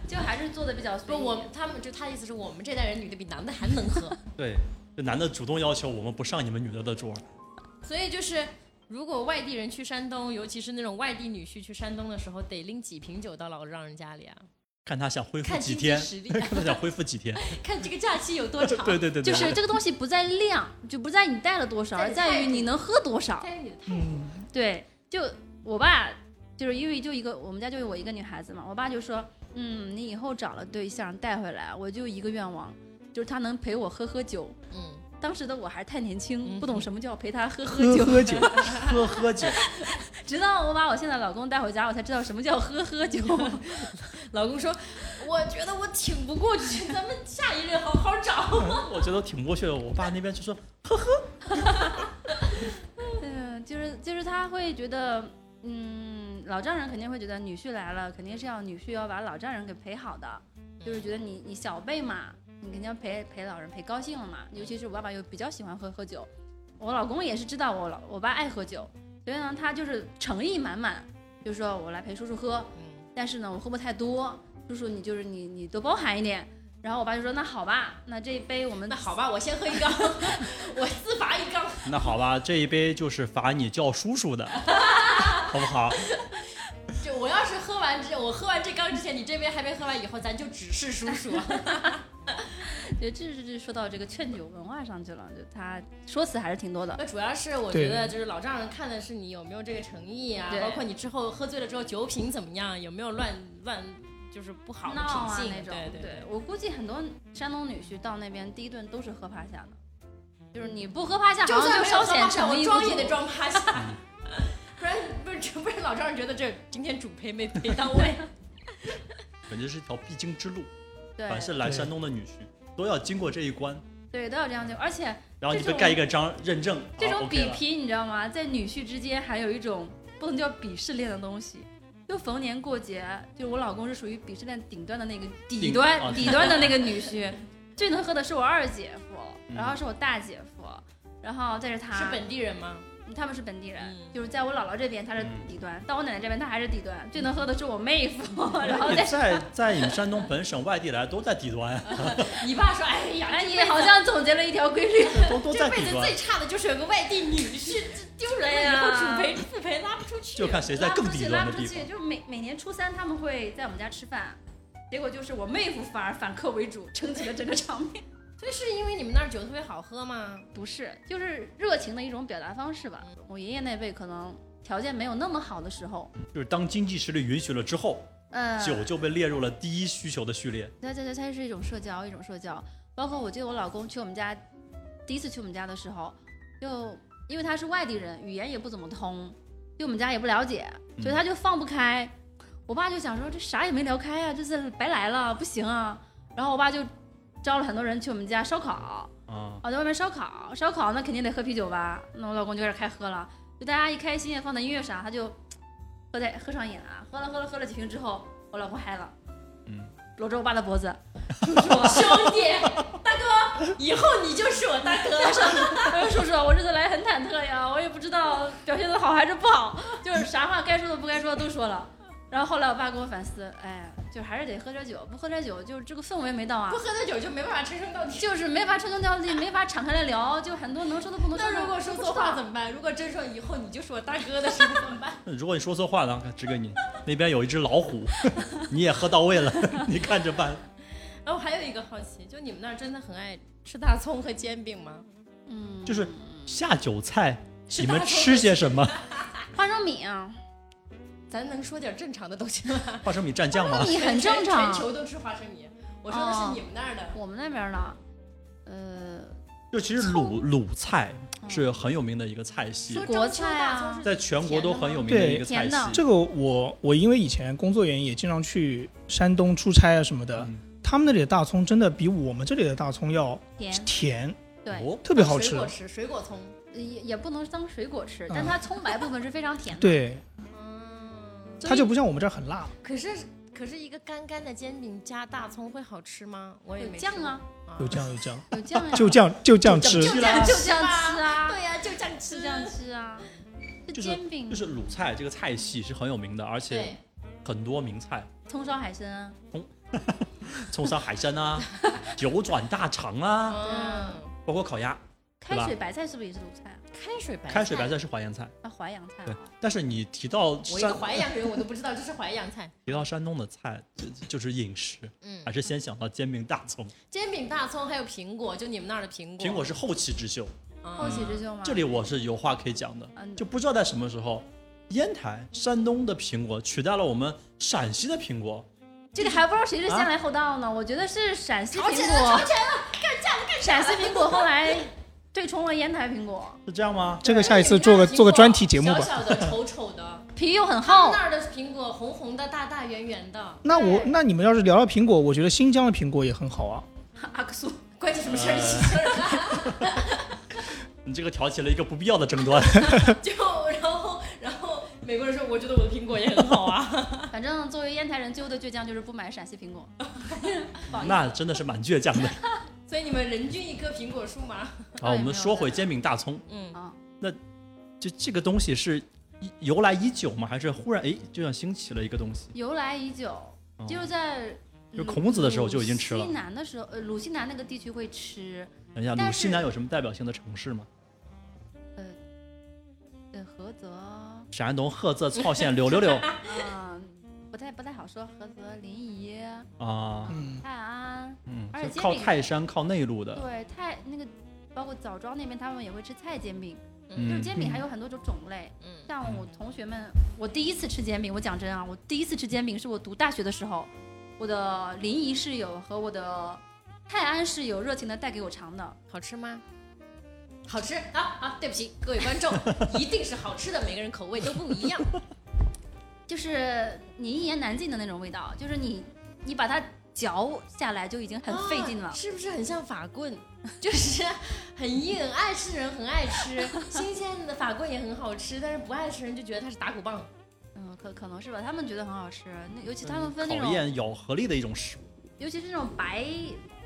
Speaker 4: 就还是做的比较
Speaker 2: 不，
Speaker 4: 随意。
Speaker 2: 我他们就他的意思是我们这代人女的比男的还能 喝，
Speaker 1: 对，这男的主动要求我们不上你们女的的桌，
Speaker 2: 所以就是如果外地人去山东，尤其是那种外地女婿去山东的时候，得拎几瓶酒到老丈人家里啊，
Speaker 1: 看他想恢复
Speaker 2: 看
Speaker 1: 几
Speaker 2: 经济
Speaker 1: 天，
Speaker 2: 实力
Speaker 1: 看他想恢复几 天。
Speaker 2: 看这个假期有多长。
Speaker 1: 对对对对，
Speaker 4: 就是这个东西不在量，就不在你带了多少，
Speaker 2: 在
Speaker 4: 而
Speaker 2: 你
Speaker 4: 在于
Speaker 2: 态度
Speaker 4: 你能喝多少。
Speaker 2: 但是你的态度
Speaker 3: 嗯，
Speaker 4: 对，就我爸就是因为就一个我们家就我一个女孩子嘛，我爸就说，嗯，你以后找了对象带回来，我就一个愿望，就是他能陪我喝喝酒。
Speaker 2: 嗯，
Speaker 4: 当时的我还太年轻，
Speaker 2: 嗯
Speaker 4: 不懂什么叫陪他喝喝
Speaker 3: 喝
Speaker 4: 酒。
Speaker 3: 喝酒，
Speaker 1: 喝喝酒，
Speaker 4: 直到我把我现在老公带回家，我才知道什么叫喝喝 酒。
Speaker 2: 老公说，我觉得我挺不过去，咱们下一任好好找。
Speaker 1: 我觉得挺过去的。我爸那边就说，
Speaker 4: 嗯，就是就是他会觉得，嗯，老丈人肯定会觉得女婿来了，肯定是要女婿要把老丈人给陪好的，就是觉得你你小辈嘛，你肯定要陪陪老人陪高兴了嘛。尤其是我爸爸又比较喜欢喝喝酒，我老公也是知道我老我爸爱喝酒，所以呢他就是诚意满满，就说我来陪叔叔喝，
Speaker 2: 嗯，
Speaker 4: 但是呢，我喝不太多，叔叔你就是你你多包涵一点。然后我爸就说那好吧，那这一杯我们
Speaker 2: 那好吧，我先喝一缸， 我自罚一缸。
Speaker 1: 那好 吧，这一杯就是罚你叫叔叔的，好不好？
Speaker 2: 就我要是喝完这，我喝完这缸之前，你这杯还没喝完，以后咱就只是叔叔。
Speaker 4: 对，这是这说到这个劝酒文化上去了，就他说辞还是挺多的。
Speaker 2: 那主要是我觉得就是老丈人看的是你有没有这个诚意啊，
Speaker 4: 对
Speaker 2: 包括你之后喝醉了之后酒品怎么样，有没有乱乱就是不好的
Speaker 4: 闹啊
Speaker 2: 品性
Speaker 4: 那种，
Speaker 2: 对
Speaker 4: 对
Speaker 2: 对对。
Speaker 4: 我估计很多山东女婿到那边第一顿都是喝趴下的，就是你不喝趴下，好像
Speaker 2: 算没
Speaker 4: 稍
Speaker 2: 有装
Speaker 4: 显
Speaker 2: 趴下，
Speaker 4: 诚
Speaker 2: 我
Speaker 4: 意
Speaker 2: 装
Speaker 4: 不
Speaker 2: 也得
Speaker 4: 足。
Speaker 2: 装趴 下，不然不是 不是老丈人觉得这今天主陪没陪到 位。
Speaker 1: 感觉是一条必经之路，
Speaker 4: 对
Speaker 1: 凡是来
Speaker 3: 对
Speaker 1: 山东的女婿都要经过这一关，
Speaker 4: 对，都要这样就，而且
Speaker 1: 然后你
Speaker 4: 这
Speaker 1: 被
Speaker 4: 种
Speaker 1: 盖一个章认证，
Speaker 4: 这
Speaker 1: 好
Speaker 4: 种
Speaker 1: ，OK
Speaker 4: 比
Speaker 1: 了
Speaker 4: 拼你知道吗？在女婿之间还有一种不能叫鄙视链的东西。就逢年过节，就我老公是属于鄙视链顶端的那个底
Speaker 1: 顶
Speaker 4: 端、
Speaker 1: 啊
Speaker 4: 底端的那个女婿，最能喝的是我二姐
Speaker 1: 嗯
Speaker 4: 夫，然后是我大姐夫，然后再是他，
Speaker 2: 是本地人吗？
Speaker 4: 他们是本地人，
Speaker 2: 嗯
Speaker 4: 就是在我姥姥这边他是
Speaker 1: 嗯
Speaker 4: 底端，到我奶奶这边他还是底端，最能喝的是我妹 夫，然后
Speaker 1: 也
Speaker 4: 再
Speaker 1: 在在你们山东本省外地来都在底端 呀，
Speaker 2: 你爸说，哎呀，
Speaker 4: 哎，
Speaker 2: 这
Speaker 4: 你
Speaker 2: 辈子
Speaker 4: 好像总结了一条规律，
Speaker 1: 都都在
Speaker 2: 这辈
Speaker 1: 底
Speaker 2: 子
Speaker 1: 端
Speaker 2: 最，差的就是有个外地女婿，这丢人
Speaker 4: 对
Speaker 2: 了。以后
Speaker 4: 呀
Speaker 2: 主陪副陪拉不出去，
Speaker 1: 就看谁在
Speaker 4: 拉不
Speaker 1: 更
Speaker 4: 出
Speaker 1: 底
Speaker 4: 去，拉
Speaker 1: 端
Speaker 4: 不
Speaker 1: 的
Speaker 4: 出
Speaker 1: 地方。
Speaker 4: 去。就是每每年初三他们会在我们家吃饭，结果就是我妹夫反而反客为主，撑起了整个场面。
Speaker 2: 所以是因为你们那儿酒特别好喝吗？
Speaker 4: 不是，就是热情的一种表达方式吧。我爷爷那辈可能条件没有那么好的时候，
Speaker 1: 就是当经济实力允许了之后，
Speaker 4: 嗯，
Speaker 1: 酒就被列入了第一需求的序列。
Speaker 4: 对对对，它是一种社交，一种社交。包括我记得我老公去我们家，第一次去我们家的时候，就因为他是外地人，语言也不怎么通，对我们家也不了解，所以他就放不开。啊我爸就想说这啥也没聊开呀、这次白来了，不行啊。然后我爸就招了很多人去我们家烧烤，
Speaker 1: 啊，
Speaker 4: 哦，在外面烧烤，烧烤那肯定得喝啤酒吧，那我老公就开始开喝了，就大家一开心放点音乐啥，他就喝在喝上瘾了，喝了喝了喝了几瓶之后，我老公嗨了，
Speaker 1: 嗯，
Speaker 4: 搂着我爸的脖子， 就说
Speaker 6: 兄弟，大哥，以后你就是我大哥。
Speaker 4: 哎呦，叔叔，我这次来很忐忑呀，我也不知道表现的好还是不好，就是啥话该说的不该说的都说了。然后后来我爸给我反思，哎，就还是得喝点酒，不喝点酒就这个氛围没到啊
Speaker 6: 不，喝的酒就没办法称兄道弟。
Speaker 4: 就是没法称兄道弟，没法敞开来聊，就很多能说的不能说
Speaker 6: 那
Speaker 4: 的。
Speaker 6: 如果说错话怎么办？如果真说以后你就是我大哥的时候怎么办？
Speaker 1: 那如果你说错话呢，这个你那边有一只老虎， 你也喝到位了， 你看着办。
Speaker 2: 然后还有一个好奇，就你们那儿真的很爱吃大葱和煎饼吗？
Speaker 4: 嗯，
Speaker 1: 就是下酒菜，
Speaker 6: 吃
Speaker 1: 你
Speaker 6: 大
Speaker 1: 们
Speaker 6: 葱
Speaker 1: 吃些什么？
Speaker 4: 花生米 啊，
Speaker 2: 咱能说点正常的东西吗？
Speaker 1: 花生米蘸酱吗？
Speaker 4: 米很正
Speaker 2: 全
Speaker 4: 常。
Speaker 2: 球都吃花生米。我说的是
Speaker 4: 哦
Speaker 2: 你们那儿的，
Speaker 4: 我们那边呢，呃，
Speaker 1: 就其实鲁鲁菜
Speaker 4: 嗯
Speaker 1: 是很有名的一个菜系
Speaker 6: 说，
Speaker 4: 国
Speaker 6: 中秋
Speaker 4: 菜啊
Speaker 6: 大葱是
Speaker 1: 在全国都很有名
Speaker 3: 对
Speaker 1: 一个菜
Speaker 4: 甜的
Speaker 1: 系。
Speaker 3: 这个我我因为以前工作原因也经常去山东出差啊什么的，
Speaker 1: 嗯
Speaker 3: 他们那里的大葱真的比我们这里的大葱要
Speaker 4: 甜，
Speaker 3: 甜，
Speaker 4: 对，
Speaker 1: 哦，
Speaker 3: 特别好
Speaker 2: 水
Speaker 3: 吃
Speaker 2: 果。吃水果葱。
Speaker 4: 也也不能当水果吃，但
Speaker 3: 嗯
Speaker 4: 它葱白部分是非常甜的。
Speaker 3: 对，
Speaker 2: 嗯，
Speaker 3: 它就不像我们这儿很辣。
Speaker 2: 可是可是一个干干的煎饼加大葱会好吃吗？我也
Speaker 4: 有
Speaker 2: 没
Speaker 4: 酱啊，
Speaker 2: 吃过，
Speaker 3: 有酱有酱，
Speaker 4: 有酱呀，
Speaker 3: 就酱就酱吃。
Speaker 1: 就
Speaker 4: 就
Speaker 1: 这
Speaker 4: 这
Speaker 1: 样
Speaker 4: 样
Speaker 1: 吃
Speaker 4: 就这样吃啊，
Speaker 6: 对呀、就这样
Speaker 4: 就
Speaker 6: 吃
Speaker 4: 这样吃啊。这
Speaker 1: 就是
Speaker 4: 煎饼
Speaker 1: 就、是鲁菜这个菜系是很有名的，而且
Speaker 2: 嗯对，
Speaker 1: 很多名菜，
Speaker 4: 葱烧海参啊，
Speaker 1: 葱烧海参 啊，九转大肠啊，
Speaker 2: 嗯，
Speaker 1: 包括烤鸭。对吧
Speaker 4: 开水白菜是不是也是鲁菜啊？
Speaker 2: 开水白
Speaker 1: 开水白
Speaker 2: 菜，
Speaker 1: 菜是淮扬菜，
Speaker 4: 啊，淮扬菜
Speaker 1: 对
Speaker 4: 啊。。
Speaker 1: 但是你提到
Speaker 2: 我一个
Speaker 1: 山
Speaker 2: 淮扬人，我都不知道这是淮扬菜。
Speaker 1: 提到山东的菜，就就是饮食，
Speaker 2: 嗯
Speaker 3: 哎
Speaker 1: 还，是先想到煎饼、大葱。
Speaker 2: 煎饼、大葱还有苹果，就你们那儿的苹果。
Speaker 1: 苹果是后起之秀，
Speaker 2: 嗯
Speaker 4: 后起之秀吗？
Speaker 1: 这里我是有话可以讲的。
Speaker 4: 嗯，
Speaker 1: 就不知道在什么时候，烟台、山东的苹果取代了我们陕西的苹果。
Speaker 4: 这里还不知道谁是先
Speaker 1: 啊
Speaker 4: 来后到呢。我觉得是陕西苹果，吵起来了，干架了，干陕西苹果后来对冲了烟台苹果，
Speaker 1: 是这样吗？
Speaker 3: 这个下一次做个做个专题节目
Speaker 2: 小
Speaker 3: 吧。
Speaker 2: 小的、丑丑的，
Speaker 4: 皮又很
Speaker 2: 他们
Speaker 4: 厚。
Speaker 2: 那儿的苹果红红的、大大圆圆的。
Speaker 3: 那我那你们要是聊到苹果，我觉得新疆的苹果也很好啊。
Speaker 4: 阿克苏，
Speaker 2: 关你什么事儿？
Speaker 1: 你这个挑起了一个不必要的争 端。
Speaker 2: 就然后然后美国人说，我觉得我的苹果也很好啊。
Speaker 4: 反正作为烟台人，最后的倔强就是不买陕西 苹果。
Speaker 1: 那真的是蛮倔强 的。
Speaker 2: 所以你们人均一棵苹果树吗？
Speaker 1: 好，我们说回煎饼大葱，
Speaker 2: 嗯
Speaker 4: 啊，
Speaker 1: 就这个东西是一由来已久吗？还是忽然哎就像兴起了一个东西？
Speaker 4: 由来已久，
Speaker 1: 哦
Speaker 4: 就是在
Speaker 1: 就
Speaker 4: 鲁。
Speaker 1: 孔子的时候就已经吃了
Speaker 4: 鲁西南的时候，呃，鲁西南那个地区会吃，
Speaker 1: 等一下，
Speaker 4: 但
Speaker 1: 鲁西
Speaker 4: 是
Speaker 1: 南有什么代表性的城市吗？
Speaker 4: 呃，菏泽，
Speaker 1: 山东菏泽曹县柳柳柳
Speaker 4: 嗯、不太不太好说，菏泽、临沂、
Speaker 1: 啊，
Speaker 3: 嗯，
Speaker 4: 泰安，
Speaker 1: 嗯，
Speaker 4: 而
Speaker 1: 就
Speaker 4: 且煎
Speaker 1: 靠
Speaker 4: 饼
Speaker 1: 泰山靠内陆的，
Speaker 4: 对泰那个，包括枣庄那边，他们也会吃菜煎饼，就是
Speaker 1: 嗯，
Speaker 4: 煎饼还有很多种种类。
Speaker 2: 嗯
Speaker 4: 像我同学们，我第一次吃煎饼，我讲真啊，我第一次吃煎饼是我读大学的时候，我的临沂室友和我的泰安室友热情的带给我尝的。
Speaker 2: 好吃吗？好吃啊啊！对不起，各位观 众，一定是好吃的，每个人口味都不一样。
Speaker 4: 就是你一言难尽的那种味道，就是你你把它嚼下来就已 经很费劲了。
Speaker 2: 啊是不是很像法棍？ 就是很硬，爱吃的人很爱吃， 新鲜的法棍也很好吃，但是不爱吃人就觉得它是打骨棒。
Speaker 4: 嗯，可可能是吧，他们觉得很好吃，那尤其
Speaker 1: 嗯
Speaker 4: 他们分那
Speaker 1: 考
Speaker 4: 种，
Speaker 1: 验咬合力的一种食物。
Speaker 4: 尤其是那种白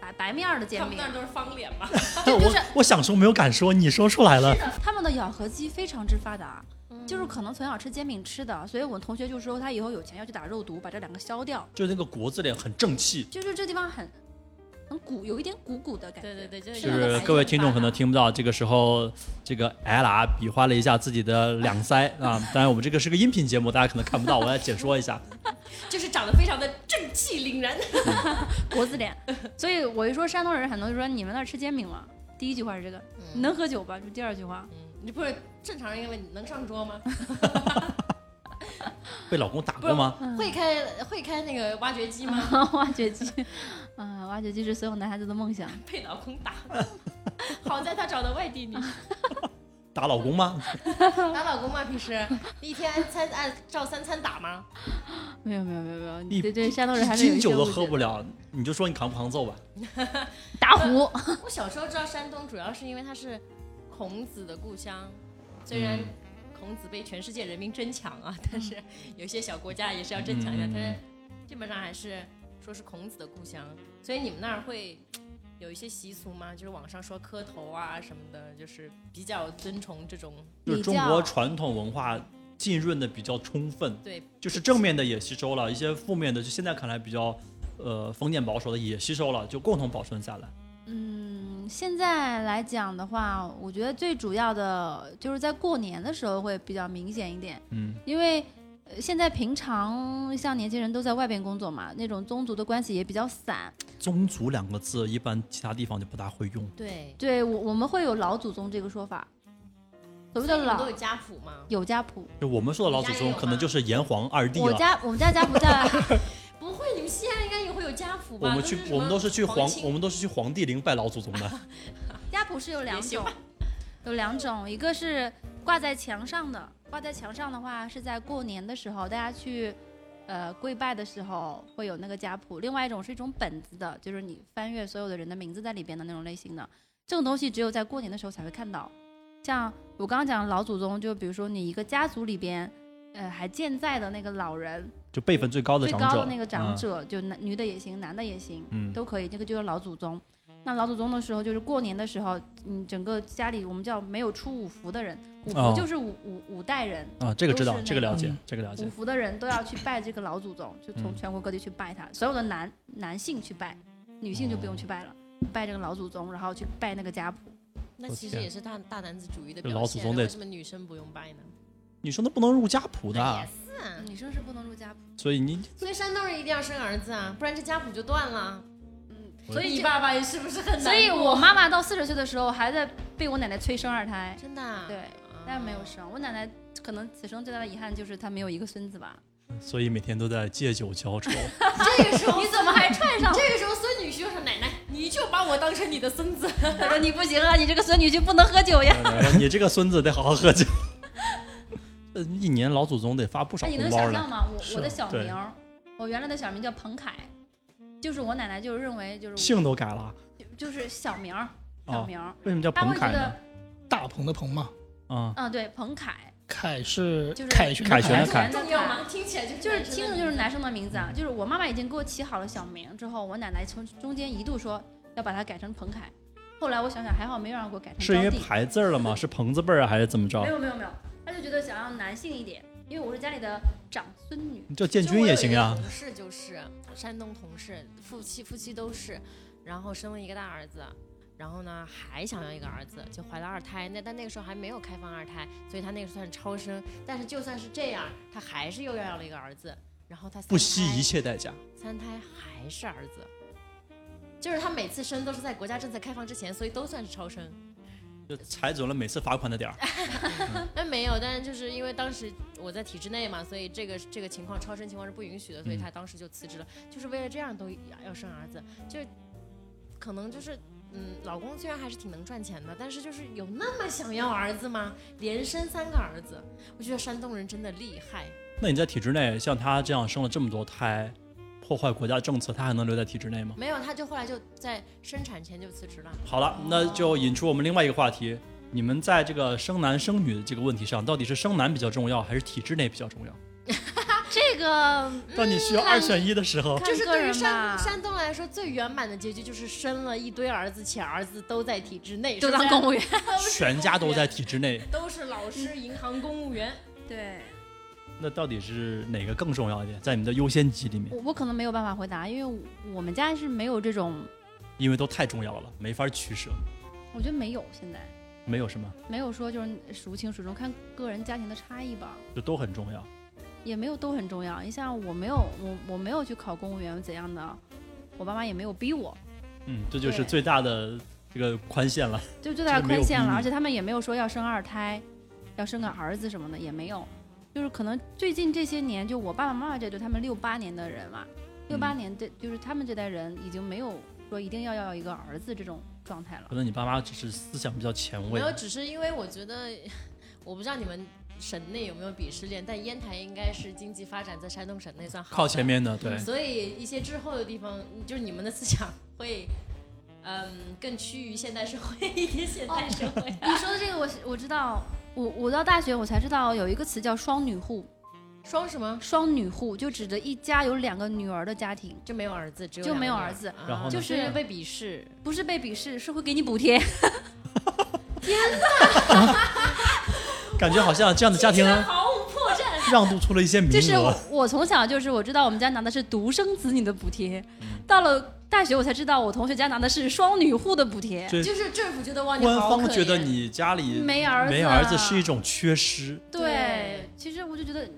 Speaker 4: 白白面儿的煎饼，
Speaker 2: 都是方脸吧？
Speaker 4: 啊就是
Speaker 1: 我我想说没有敢说，你说出来了。
Speaker 4: 他们的咬合肌非常之发达。 就是
Speaker 2: 嗯
Speaker 4: 可能从小吃煎饼吃的，所以我同学就说他以后有钱要去打肉毒，把这两个消掉。
Speaker 1: 就那个国字脸很正气。
Speaker 4: 就是这地方很很鼓，有一点鼓鼓的感觉。
Speaker 2: 对对对，就是是
Speaker 1: 就
Speaker 4: 那个
Speaker 1: 是
Speaker 4: 白
Speaker 1: 各位
Speaker 4: 色
Speaker 1: 听众可能听不到，这个时候这个 L R 比划了一下自己的两腮啊，当然我们这个是个音频节目，大家可能看不到，我来解说一下。
Speaker 2: 就是长得非常的正气凛然。
Speaker 4: 国字脸。 所以我一说山东人，很多人说你们那儿吃煎饼吗？第一句话是这个，你能喝酒吧？就第二句话，
Speaker 2: 嗯你不是正常人应该问你能上桌吗？
Speaker 4: 嗯
Speaker 1: 被老公打过吗？
Speaker 2: 会开会开那个挖掘机吗？
Speaker 4: 挖掘机，啊，挖掘机是所有男孩子的梦想。
Speaker 2: 被老公打。好在她找的外地女婿，
Speaker 1: 打老公吗？
Speaker 2: 哎打老公吗？平时一天三按照三餐打吗？
Speaker 4: 没有没有没有没有，
Speaker 1: 你
Speaker 4: 你对对山东人还是有
Speaker 1: 金
Speaker 4: 一些
Speaker 1: 酒都
Speaker 4: 误解
Speaker 1: 喝不
Speaker 4: 的。
Speaker 1: 了，你就说你扛不扛揍吧。
Speaker 4: 打虎，
Speaker 2: 我小时候知道山东，主要是因为它是孔子的故乡，虽然
Speaker 1: 嗯
Speaker 2: 孔子被全世界人民争抢啊， 但是有些小国家也是要争抢一下，
Speaker 1: 嗯
Speaker 2: 但是基本上还是说是孔子的故乡，所以你们那儿会。有一些习俗吗？就是网上说磕头啊什么的，就是比较尊崇这种
Speaker 1: 就是
Speaker 4: 比
Speaker 1: 中
Speaker 4: 较
Speaker 1: 国传统文化浸润的比较充分，
Speaker 2: 对，
Speaker 1: 就是正面的也吸收了，一些负面的就现在看来比较呃封建保守的也吸收了，就共同保存下来。
Speaker 4: 嗯，现在来讲的话，我觉得最主要的就是在过年的时候会比较明显一点，
Speaker 1: 嗯，
Speaker 4: 因为呃现在平常像年轻人都在外边工作嘛，那种宗族的关系也比较散。
Speaker 1: 宗族两个字一般其他地方就不大会用。
Speaker 2: 对，
Speaker 4: 对我我们会有老祖宗这个说法，所
Speaker 2: 所以
Speaker 4: 谓的
Speaker 2: 你们都
Speaker 4: 老
Speaker 2: 有家谱吗？
Speaker 4: 有家谱。
Speaker 1: 就我们说的老祖
Speaker 2: 你家也
Speaker 1: 宗，
Speaker 2: 有吗
Speaker 1: 可能就是炎黄二帝啊
Speaker 4: 我
Speaker 1: 了。
Speaker 4: 家我们家家谱在
Speaker 2: 不会，你们西安应该也会有家谱吧？
Speaker 1: 我们去，我们都是去
Speaker 2: 皇
Speaker 1: 皇，
Speaker 2: 亲
Speaker 1: 我们都是去皇帝陵拜老祖宗的。
Speaker 4: 家谱是有两
Speaker 2: 也行
Speaker 4: 种，有两种，一个是挂在墙上的，挂在墙上的话是在过年的时候大家去。呃，跪拜的时候会有那个家谱，另外一种是一种本子的，就是你翻阅所有的人的名字在里边的那种类型的。这种东西只有在过年的时候才会看到。像我刚刚讲的老祖宗，就比如说你一个家族里边，呃，还健在的那个老人，
Speaker 1: 就辈分最高的
Speaker 4: 最
Speaker 1: 长者，
Speaker 4: 高的那个长
Speaker 1: 嗯，
Speaker 4: 者，就男女的也行，男的也行，
Speaker 1: 嗯
Speaker 4: 都可以，这个就是老祖宗。那老祖宗的时候，就是过年的时候，嗯，整个家里我们叫没有出五福的人，五
Speaker 1: 哦
Speaker 4: 福就是五、五五代人，
Speaker 1: 啊，这个知
Speaker 4: 都
Speaker 1: 道，
Speaker 4: 是
Speaker 1: 这个
Speaker 4: 那
Speaker 1: 了解
Speaker 3: 嗯，
Speaker 1: 这个了解
Speaker 4: 五。福的人都要去拜这个老祖宗，就从
Speaker 1: 嗯
Speaker 4: 全国各地去拜他，所有的男男性去拜，女性就
Speaker 1: 哦
Speaker 4: 不用去拜了，拜这个老祖宗，然后去拜那个家谱。
Speaker 2: 那
Speaker 1: 我
Speaker 2: 其实
Speaker 1: 天
Speaker 2: 也是大大男子主义的
Speaker 1: 这
Speaker 2: 表现。
Speaker 1: 老祖宗得
Speaker 2: 为什么女生不用拜呢？
Speaker 1: 女生都不能入家谱的，
Speaker 2: 也是啊，
Speaker 4: 女生是不能入家谱，
Speaker 1: 所以你
Speaker 2: 所以山东人一定要生儿子啊，不然这家谱就断了。
Speaker 4: 嗯，
Speaker 1: 我
Speaker 2: 所以你爸爸也是不是很难过？
Speaker 4: 所以我妈妈到四十岁的时候还在被我奶奶催生二胎，
Speaker 2: 真的、啊、
Speaker 4: 对，
Speaker 2: 啊
Speaker 4: 但是没有生。我奶奶可能此生最大的遗憾就是她没有一个孙子吧。
Speaker 1: 所以每天都在借酒浇愁。
Speaker 2: 这个时候
Speaker 4: 你怎么 还串上？
Speaker 2: 这个时候孙女婿又说：“奶奶，你就把我当成你的孙子。
Speaker 4: 他说你不行啊，你这个孙女婿不能喝酒呀。
Speaker 1: 你这个孙子得好好喝酒。 呃，一年老祖宗得发不少
Speaker 4: 那哎你
Speaker 1: 红包
Speaker 4: 能想
Speaker 1: 呢
Speaker 4: 象。吗？我
Speaker 1: 是
Speaker 4: 我的小
Speaker 1: 对
Speaker 4: 名儿，我原来的小名叫彭凯，就是我奶奶就认为就是
Speaker 1: 姓都改了，
Speaker 4: 我就是小名儿，小
Speaker 1: 哦，
Speaker 4: 名儿，
Speaker 1: 为什么叫
Speaker 4: 她
Speaker 1: 彭
Speaker 4: 会觉
Speaker 1: 凯呢
Speaker 4: 得？
Speaker 3: 大鹏的鹏嘛，
Speaker 1: 啊，
Speaker 4: 嗯对，彭凯
Speaker 3: 凯是
Speaker 4: 就是
Speaker 3: 凯旋
Speaker 1: 凯旋
Speaker 3: 凯
Speaker 1: 的，凯
Speaker 4: 重
Speaker 2: 重
Speaker 4: 要
Speaker 2: 要
Speaker 4: 吗
Speaker 2: 吗？听起来就是
Speaker 4: 就是
Speaker 2: 男生
Speaker 4: 听
Speaker 2: 的
Speaker 4: 着就是男生的名字
Speaker 1: 嗯
Speaker 4: 啊。就是我妈妈已经给我起好了小名之后，我奶奶从中间一度说要把它改成彭凯，后来我想想还好没有让我改成
Speaker 1: 是因为
Speaker 4: 招娣。
Speaker 1: 排字儿了 吗？是彭字辈儿啊还是怎么着
Speaker 4: 没？有没有没有，她就觉得想要男性一点，因为我是家里的长孙女。
Speaker 1: 你叫建军也行啊呀
Speaker 2: 就我有一个。同事就是山东同事，夫妻夫妻都是，然后生了一个大儿子，然后呢还想要一个儿子，就怀了二胎。那但那个时候还没有开放二胎，所以他那个时候算是超生。但是就算是这样，他还是又要了一个儿子，然后他三
Speaker 1: 不惜
Speaker 2: 胎
Speaker 1: 一切代价，
Speaker 2: 三胎还是儿子，就是他每次生都是在国家政策开放之前，所以都算是超生。
Speaker 1: 就踩准了每次罚款的点儿。
Speaker 2: 但没有，但是就是因为当时我在体制内嘛，所以这个这个情况超生情况是不允许的，所以
Speaker 1: 嗯
Speaker 2: 他当时就辞职了，就是为了这样都要生儿子，就是可能就是。嗯，老公虽然还是挺能赚钱的，但是就是有那么想要儿子吗？连生三个儿子，我觉得山东人真的厉害。
Speaker 1: 那你在体制内，像他这样生了这么多胎，破坏国家政策，他还能留在体制内吗？
Speaker 2: 没有，他就后来就在生产前就辞职了。
Speaker 1: 好了，那就引出我们另外一个话题：你们在这个生男生女的这个问题上，到底是生男比较重要，还是体制内比较重要？
Speaker 4: 这个
Speaker 1: 当你需要二选一的时候，
Speaker 2: 就是
Speaker 4: 看个
Speaker 2: 对于
Speaker 4: 人吧
Speaker 2: 山山东来说，最圆满的结局就是生了一堆儿子，且儿子都在体制内，
Speaker 4: 就是当
Speaker 2: 吧
Speaker 4: 公务员。
Speaker 1: 全家都在体制内，
Speaker 2: 都是老师、银行、公务员。
Speaker 4: 对，
Speaker 1: 那到底是哪个更重要一点？在你们的优先级里面，
Speaker 4: 我我可能没有办法回答，因为我们家是没有这种，
Speaker 1: 因为都太重要了，没法取舍，
Speaker 4: 我觉得没有现在
Speaker 1: 没有什么，
Speaker 4: 没有说就是孰轻孰重，看个人家庭的差异吧，
Speaker 1: 就都很重要。
Speaker 4: 也没有都很重要。你像我没有我我没有去考公务员怎样的，我爸妈也没有逼我，
Speaker 1: 嗯，这就是
Speaker 4: 对
Speaker 1: 最大的这个宽限了。
Speaker 4: 就最
Speaker 1: 就
Speaker 4: 大的
Speaker 1: 是没有
Speaker 4: 宽限
Speaker 1: 逼
Speaker 4: 了，
Speaker 1: 你
Speaker 4: 而且他们也没有说要生二胎，要生个儿子什么的也没有，就是可能最近这些年，就我爸爸妈妈这对他们六八年的人嘛，六八
Speaker 1: 嗯
Speaker 4: 年这就是他们这代人已经没有说一定要要一个儿子这种状态了
Speaker 1: 可。能你爸妈只是思想比较前卫
Speaker 2: 没，有，只是因为我觉得，我不知道你们省内有没有鄙视链，但烟台应该是经济发展在山东省内算好的
Speaker 1: 靠前面的，对，
Speaker 2: 所以一些滞后的地方，就是你们的思想会， 嗯，更趋于现代社会一些现代社
Speaker 6: 哦
Speaker 2: 会。
Speaker 4: 你说的这个我我知道，我我到大学我才知道有一个词叫双女户，
Speaker 2: 双什么？
Speaker 4: 双女户就指着一家有两个女儿的家庭，
Speaker 2: 就没有儿子，只有
Speaker 4: 就没有
Speaker 2: 两个
Speaker 4: 儿子
Speaker 2: 女儿啊
Speaker 1: 然后呢
Speaker 2: 就
Speaker 4: 就是
Speaker 2: 是被鄙视。
Speaker 4: 不是被鄙视，是会给你补贴。
Speaker 1: 感觉好像这样的家庭
Speaker 6: 毫无破绽。
Speaker 1: 让渡出了一些名
Speaker 4: 就是我
Speaker 1: 额。
Speaker 4: 我从小就是我知道我们家拿的是独生子女的补贴，
Speaker 1: 嗯
Speaker 4: 到了大学我才知道我同学家拿的是双女户的补贴。
Speaker 1: 这
Speaker 6: 就是政府觉得哇，你
Speaker 1: 官
Speaker 6: 好可
Speaker 1: 方
Speaker 6: 怜
Speaker 1: 觉得你家里
Speaker 4: 没儿子
Speaker 1: 没儿子啊是一种缺失，
Speaker 4: 对，其实我就觉得，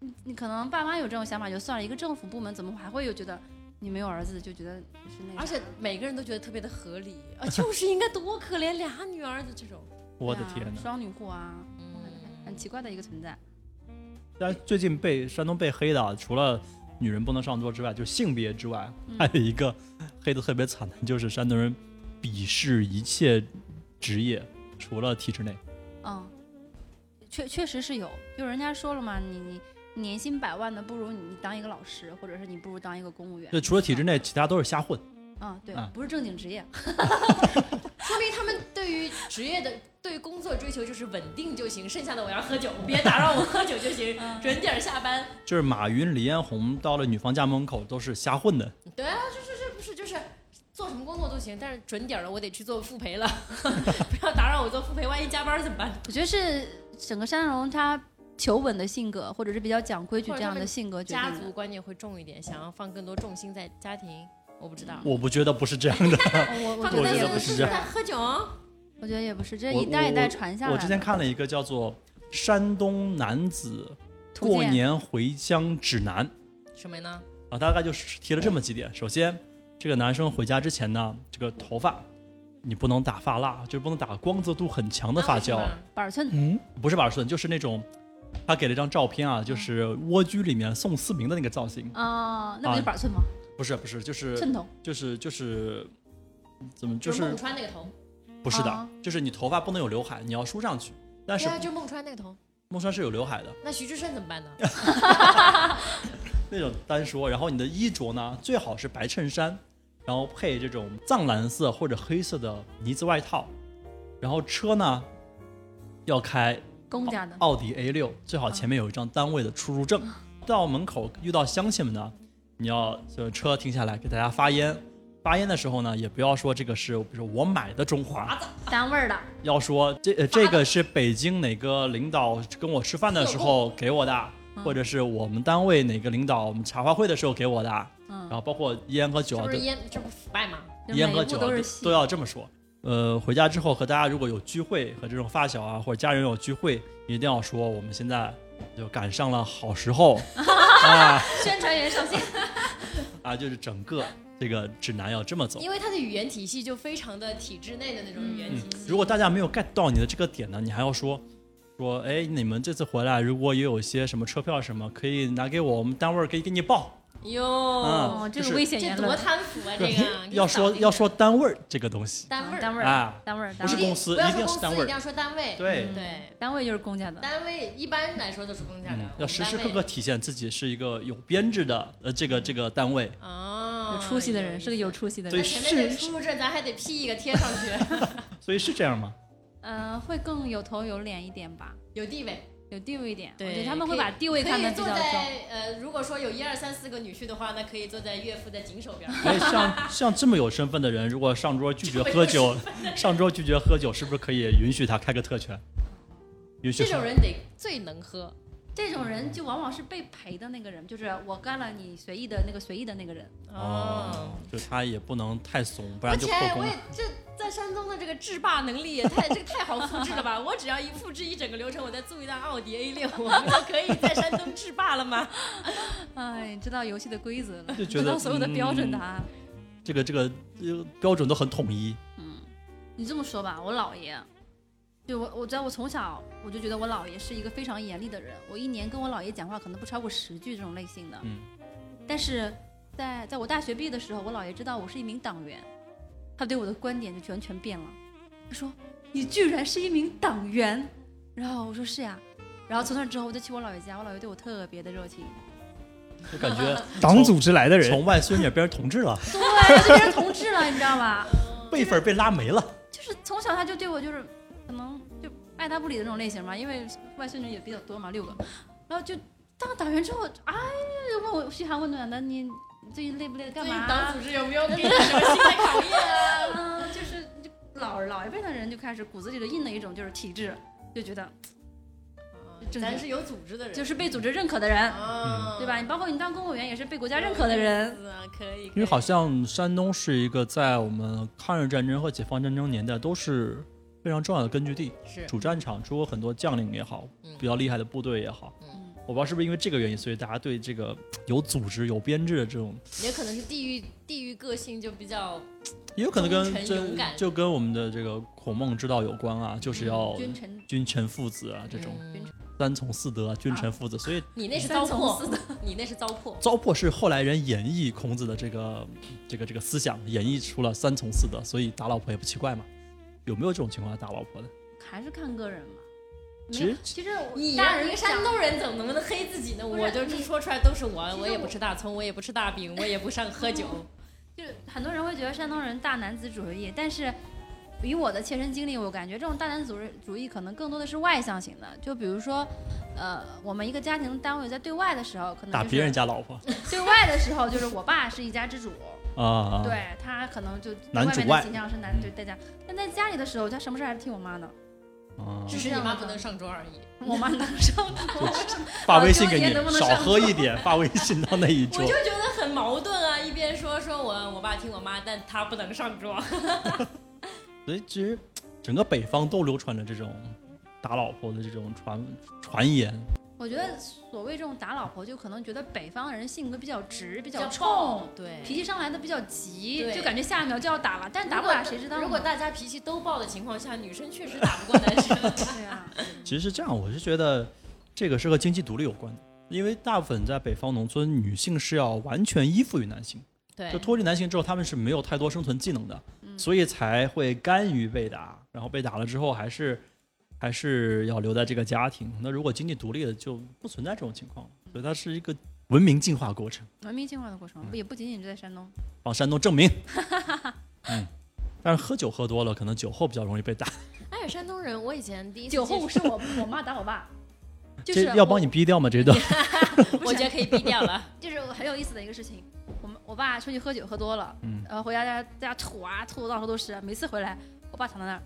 Speaker 4: 你你可能爸妈有这种想法就算了，一个政府部门怎么还会有觉得你没有儿子就觉得你是那个？
Speaker 2: 而且每个人都觉得特别的合理啊，就是应该多可怜俩女儿的这种。
Speaker 1: 我的
Speaker 4: 对啊
Speaker 1: 天哪！
Speaker 4: 双女户啊，很奇怪的一个存在。
Speaker 1: 但最近被山东被黑的啊，除了女人不能上桌之外，就性别之外，还有一个黑的特别惨的，就是山东人鄙视一切职业，除了体制内。
Speaker 4: 嗯，确确实是有，就人家说了嘛，你你你年薪百万的，不如你当一个老师，或者是你不如当一个公务员。
Speaker 1: 就除了体制内，其他都是瞎混。
Speaker 4: 嗯，对
Speaker 1: 啊，
Speaker 4: 不是正经职业。
Speaker 2: 说明他们对于职业的、对于工作追求就是稳定就行，剩下的我要喝酒，别打扰我喝酒就行，
Speaker 4: 嗯
Speaker 2: 准点儿下班。
Speaker 1: 就是马云、李彦宏到了女方家门口都是瞎混的，
Speaker 2: 对啊，是是是，不是就是做什么工作都行，但是准点儿了，我得去做复培了， 不要打扰我做复培，万一加班儿怎么办？
Speaker 4: 我觉得是整个山东他求稳的性格，或者是比较讲规矩
Speaker 2: 或者
Speaker 4: 这样
Speaker 2: 他
Speaker 4: 的
Speaker 2: 们
Speaker 4: 性格决
Speaker 2: 家
Speaker 4: 定
Speaker 2: 族
Speaker 1: 啊
Speaker 4: 的。
Speaker 2: 观念会重一点，想要放更多重心在家庭，我不知道。
Speaker 1: 我不觉得不是这 样的。
Speaker 4: 我我
Speaker 2: 他
Speaker 4: 觉
Speaker 1: 嗯
Speaker 2: 们
Speaker 1: 我
Speaker 4: 得
Speaker 1: 觉
Speaker 4: 也
Speaker 1: 得
Speaker 2: 那
Speaker 1: 不
Speaker 4: 不
Speaker 1: 是这
Speaker 2: 是
Speaker 4: 是
Speaker 1: 样，
Speaker 2: 在 喝酒，
Speaker 4: 我觉得也不是，这
Speaker 1: 我
Speaker 4: 一代一
Speaker 1: 我
Speaker 4: 代传下来的。
Speaker 1: 我之前看了一个叫做《山东男子
Speaker 4: 图
Speaker 1: 过
Speaker 4: 鉴
Speaker 1: 年回乡指南》
Speaker 2: 什么呢？
Speaker 1: 啊，大概就是提了这么几点。首先，这个男生回家之前呢，这个头发你不能打发蜡，就是不能打光泽度很强
Speaker 2: 啊
Speaker 1: 的发啊胶，
Speaker 4: 板寸
Speaker 3: 嗯，
Speaker 1: 不是板寸，就是那种他给了一张照片啊，就是蜗居里面宋思明的那个造型，
Speaker 4: 啊，那不
Speaker 1: 啊
Speaker 4: 就板寸吗？
Speaker 1: 不是不是，就是
Speaker 4: 寸头
Speaker 1: 就是就是怎么就
Speaker 2: 就是
Speaker 1: 是
Speaker 2: 孟川那个头，
Speaker 1: 不是的
Speaker 4: 啊，
Speaker 1: 就是你头发不能有刘海，你要梳上去。但
Speaker 2: 对
Speaker 1: 是
Speaker 2: 啊，就孟川那个头。
Speaker 1: 孟川是有刘海的，
Speaker 2: 那徐志胜怎么办呢？
Speaker 1: 那种单说，然后你的衣着呢，最好是白衬衫，然后配这种藏蓝色或者黑色的呢子外套，然后车呢要开
Speaker 4: 公家的，
Speaker 1: 奥迪 A 六，最好前面有一张单位的出入证。到门口遇到乡亲们呢，你要就是车停下来给大家发烟，发烟的时候呢，也不要说这个是比如说我买的中华，
Speaker 4: 单位儿的。
Speaker 1: 要说这、呃、这个是北京哪个领导跟我吃饭的时候给我的，
Speaker 4: 嗯
Speaker 1: 或者是我们单位哪个领导我们茶话会的时候给我的，然
Speaker 4: 嗯，
Speaker 1: 后包括烟和酒
Speaker 2: 这
Speaker 1: 啊
Speaker 2: 不是
Speaker 1: 对
Speaker 2: 烟，这不腐败吗？
Speaker 4: 就
Speaker 1: 烟
Speaker 4: 每
Speaker 1: 和
Speaker 4: 一步
Speaker 1: 酒啊
Speaker 4: 都是
Speaker 1: 都
Speaker 4: 戏
Speaker 1: 都要这么说。呃，回家之后和大家如果有聚会和这种发小啊或者家人有聚会，一定要说我们现在就赶上了好时候啊
Speaker 4: 宣传员上线。
Speaker 1: 啊，就是整个这个指南要这么走。
Speaker 2: 因为他的语言体系就非常的体制内的那种语言
Speaker 1: 嗯
Speaker 2: 体，系。
Speaker 1: 如果大家没有 get 到你的这个点呢，你还要说说，哎，你们这次回来如果也有一些什么车票什么，可以拿给我，我们单位儿可以给你报。
Speaker 2: 哟，
Speaker 1: 啊
Speaker 4: 哦，这
Speaker 1: 就
Speaker 4: 个
Speaker 1: 是
Speaker 4: 危险
Speaker 2: 这
Speaker 4: 言
Speaker 2: 多
Speaker 4: 论。
Speaker 2: 贪腐啊！这 个
Speaker 1: 要说要说单位儿这个东西
Speaker 2: 单位儿，
Speaker 4: 单位儿的，
Speaker 1: 啊，
Speaker 4: 单位儿，
Speaker 1: 不
Speaker 4: 单
Speaker 1: 是
Speaker 4: 位儿
Speaker 1: 公司，
Speaker 2: 不要
Speaker 1: 一
Speaker 2: 说
Speaker 1: 定
Speaker 2: 公
Speaker 1: 是
Speaker 2: 司，
Speaker 1: 单
Speaker 2: 一
Speaker 1: 位
Speaker 2: 定
Speaker 1: 儿。
Speaker 2: 要说单位。
Speaker 1: 对，
Speaker 4: 嗯
Speaker 2: 对，
Speaker 4: 单位就是公家的。
Speaker 2: 单位一般来说都是公家
Speaker 1: 嗯
Speaker 2: 的，，
Speaker 1: 要时时刻刻体现自己是一个有编制的呃这个这个单位。
Speaker 2: 啊，
Speaker 4: 有出息的人是个有出息的
Speaker 1: 对
Speaker 4: 人，
Speaker 2: 前面
Speaker 1: 是
Speaker 2: 得出入证，咱还得 P 一个贴上 去，
Speaker 1: 所以是这样 吗？
Speaker 4: 嗯，会更有头有脸一点吧，
Speaker 2: 有地位。
Speaker 4: 有地位一点。我
Speaker 2: 对
Speaker 4: 觉得他们
Speaker 2: 可
Speaker 4: 会
Speaker 2: 以
Speaker 4: 把地位
Speaker 2: 可
Speaker 4: 看得
Speaker 2: 以
Speaker 4: 比
Speaker 2: 坐
Speaker 4: 较重。
Speaker 2: 在呃，如果说有一二三四个女婿的话，那可以坐在岳父的紧手
Speaker 4: 嗯
Speaker 2: 边儿。
Speaker 1: 哎，像像这么有身份的人，如果上桌拒绝喝 酒，上桌拒绝喝酒，是不是可以允许他开个特权？允许
Speaker 2: 这种人得最能喝，
Speaker 4: 这种人就往往是被陪的那个人，就是我干了你随意的那个随意的那个人。
Speaker 1: 哦，就他也不能太怂，不
Speaker 2: 而
Speaker 1: 然就
Speaker 2: 且
Speaker 1: 破
Speaker 2: 哎
Speaker 1: 功
Speaker 2: 我
Speaker 1: 了
Speaker 2: 也。这在山东的这个制霸能力也太这个太好复制了吧！我只要一复制一整个流程，我再租一辆奥迪 A 六，我们就可以在山东制霸了吗？
Speaker 4: 哎，知道游戏的规则了，
Speaker 1: 就觉
Speaker 4: 知
Speaker 1: 得
Speaker 4: 道所有的标
Speaker 1: 嗯
Speaker 4: 准答案。
Speaker 1: 这个这个呃标准都很统一。
Speaker 4: 嗯，你这么说吧，我姥爷，就我我知道我从小我就觉得我姥爷是一个非常严厉的人，我一年跟我姥爷讲话可能不超过十句这种类型的。
Speaker 1: 嗯。
Speaker 4: 但是在在我大学毕业的时候，我姥爷知道我是一名党员，他对我的观点就完全变了。他说：“你居然是一名党员。”然后我说：“是呀。”然后从那之后，我就去我姥爷家，我姥爷对我特别的热情，
Speaker 1: 就感 觉
Speaker 3: 党组织来的人，
Speaker 1: 从外孙女变成同志了，
Speaker 4: 对，我就变成同志了，你知道吧？
Speaker 2: 嗯
Speaker 1: 辈分被拉没了。
Speaker 4: 就是从小他就对我就是可能就爱答不理的那种类型嘛，因为外孙女也比较多嘛，六个，然后就当打完之后，哎呀，问我嘘寒问暖的，你你最近累不累？ 干
Speaker 6: 对
Speaker 4: 嘛？
Speaker 6: 党组织有没 有给你什么新的考验啊？
Speaker 4: 嗯，就是就老老一辈的人就开始骨子里就印了一种就是体制，就觉得 正
Speaker 6: 咱
Speaker 4: 确
Speaker 6: 是有组织的人，
Speaker 4: 就是被组织认可的人，
Speaker 2: 哦
Speaker 6: 啊，
Speaker 1: 嗯
Speaker 4: 对吧？你包括你当公务员也是被国家认可的人，
Speaker 6: 是
Speaker 2: 嗯
Speaker 6: 啊，可以，
Speaker 1: 因为
Speaker 6: 可以
Speaker 1: 好像山东是一个在我们抗日战争和解放战争年代都是非常重要的根据地，
Speaker 2: 是
Speaker 1: 主战场出过很多将领也好
Speaker 2: 嗯，
Speaker 1: 比较厉害的部队也好。
Speaker 4: 嗯
Speaker 1: 我不知道是不是因为这个原因，所以大家对这个有组织、有编制的这种，
Speaker 2: 也可能是地域地域个性就比较
Speaker 1: 也有可能
Speaker 2: 忠
Speaker 1: 跟
Speaker 2: 诚勇
Speaker 1: 这
Speaker 2: 敢
Speaker 1: 就跟我们的这个孔孟之道有关啊，就是要
Speaker 4: 君臣
Speaker 1: 君臣父子啊这种
Speaker 2: 嗯
Speaker 1: 三从四德啊，君臣父子，所以
Speaker 2: 你那是
Speaker 4: 三
Speaker 2: 糟
Speaker 4: 从四
Speaker 2: 粕，你那是糟粕。
Speaker 1: 糟粕是后来人演绎孔子的这个这个这个思想，演绎出了三从四德，所以打老婆也不奇怪嘛。有没有这种情况打老婆的？
Speaker 4: 还是看个人嘛。
Speaker 1: 其实
Speaker 4: 其实我
Speaker 2: 你
Speaker 4: 大
Speaker 2: 呀，
Speaker 4: 人
Speaker 2: 一个山东人怎么能黑自己呢？
Speaker 4: 不是
Speaker 2: 我就
Speaker 4: 你
Speaker 2: 说出来都是我，
Speaker 4: 实
Speaker 2: 我也不
Speaker 4: 我
Speaker 2: 吃大葱，我也不吃大饼，我也不上喝酒。
Speaker 4: 就是很多人会觉得山东人大男子主义，但是以我的切身经历，我感觉这种大男子主义主义可能更多的是外向型的。就比如说，呃，我们一个家庭单位在对外的时候，可嗯能、就是、
Speaker 1: 打别人家老 婆
Speaker 4: 对外的时候，就是我爸是一家之主，
Speaker 1: 啊，
Speaker 4: 对他可能就
Speaker 1: 男
Speaker 4: 外
Speaker 1: 主
Speaker 4: 面
Speaker 1: 外
Speaker 4: 的形象是男对大家，但在家里的时候，他什么事儿还是听我妈的，
Speaker 1: 啊，
Speaker 2: 只是你妈不能上桌而已。
Speaker 4: 我妈能上头。
Speaker 1: 发微信给
Speaker 4: 老舅你也能不
Speaker 1: 你，
Speaker 4: 能
Speaker 1: 少
Speaker 4: 上
Speaker 1: 喝一点，发微信到那 一
Speaker 2: 我
Speaker 1: 桌
Speaker 2: 就。觉得很矛盾啊，一边说说我我爸听我妈，但他不能上桌。
Speaker 1: 所以其实整个北方都流传着这种打老婆的这种传传言，
Speaker 4: 我觉得所谓这种打老婆，就可能觉得北方人性格比较直，比
Speaker 2: 比较
Speaker 4: 冲
Speaker 2: 冲，，对
Speaker 4: 脾气上来的比较急，
Speaker 2: 对
Speaker 4: 就感觉下一秒就要打了，但打
Speaker 2: 如
Speaker 4: 不
Speaker 2: 果
Speaker 4: 打谁知道呢？
Speaker 2: 如果大家脾气都爆的情况下，女生确实打不过男生。
Speaker 4: 对啊，
Speaker 1: 其实是这样，我是觉得这个是和经济独立有关的，因为大部分在北方农村，女性是要完全依附于男性，
Speaker 2: 对
Speaker 1: 就脱离男性之后，她们是没有太多生存技能的，
Speaker 4: 嗯
Speaker 1: 所以才会甘于被打，然后被打了之后还是还是要留在这个家庭。那如果经济独立的，就不存在这种情况了，
Speaker 4: 嗯
Speaker 1: 所以它是一个文明进化过程，
Speaker 4: 文明进化的
Speaker 1: 嗯
Speaker 4: 过程，也不仅仅是在山东。
Speaker 1: 帮山东证明。 嗯，但是喝酒喝多了，可能酒后比较容易被打，
Speaker 2: 哎，山东人，我以前第一次
Speaker 4: 酒后
Speaker 2: 接
Speaker 4: 是我我妈打我 爸，就
Speaker 1: 这
Speaker 4: 是
Speaker 1: 要帮
Speaker 4: 你，
Speaker 1: 你逼掉吗？这段
Speaker 2: 触，我觉得可以避掉了。
Speaker 4: 就是很有意思的一个事情。我们我爸出去喝酒喝多了，
Speaker 1: 嗯
Speaker 4: 然后回家在家在家吐啊吐到处都是啊，每次回来我爸躺在那儿，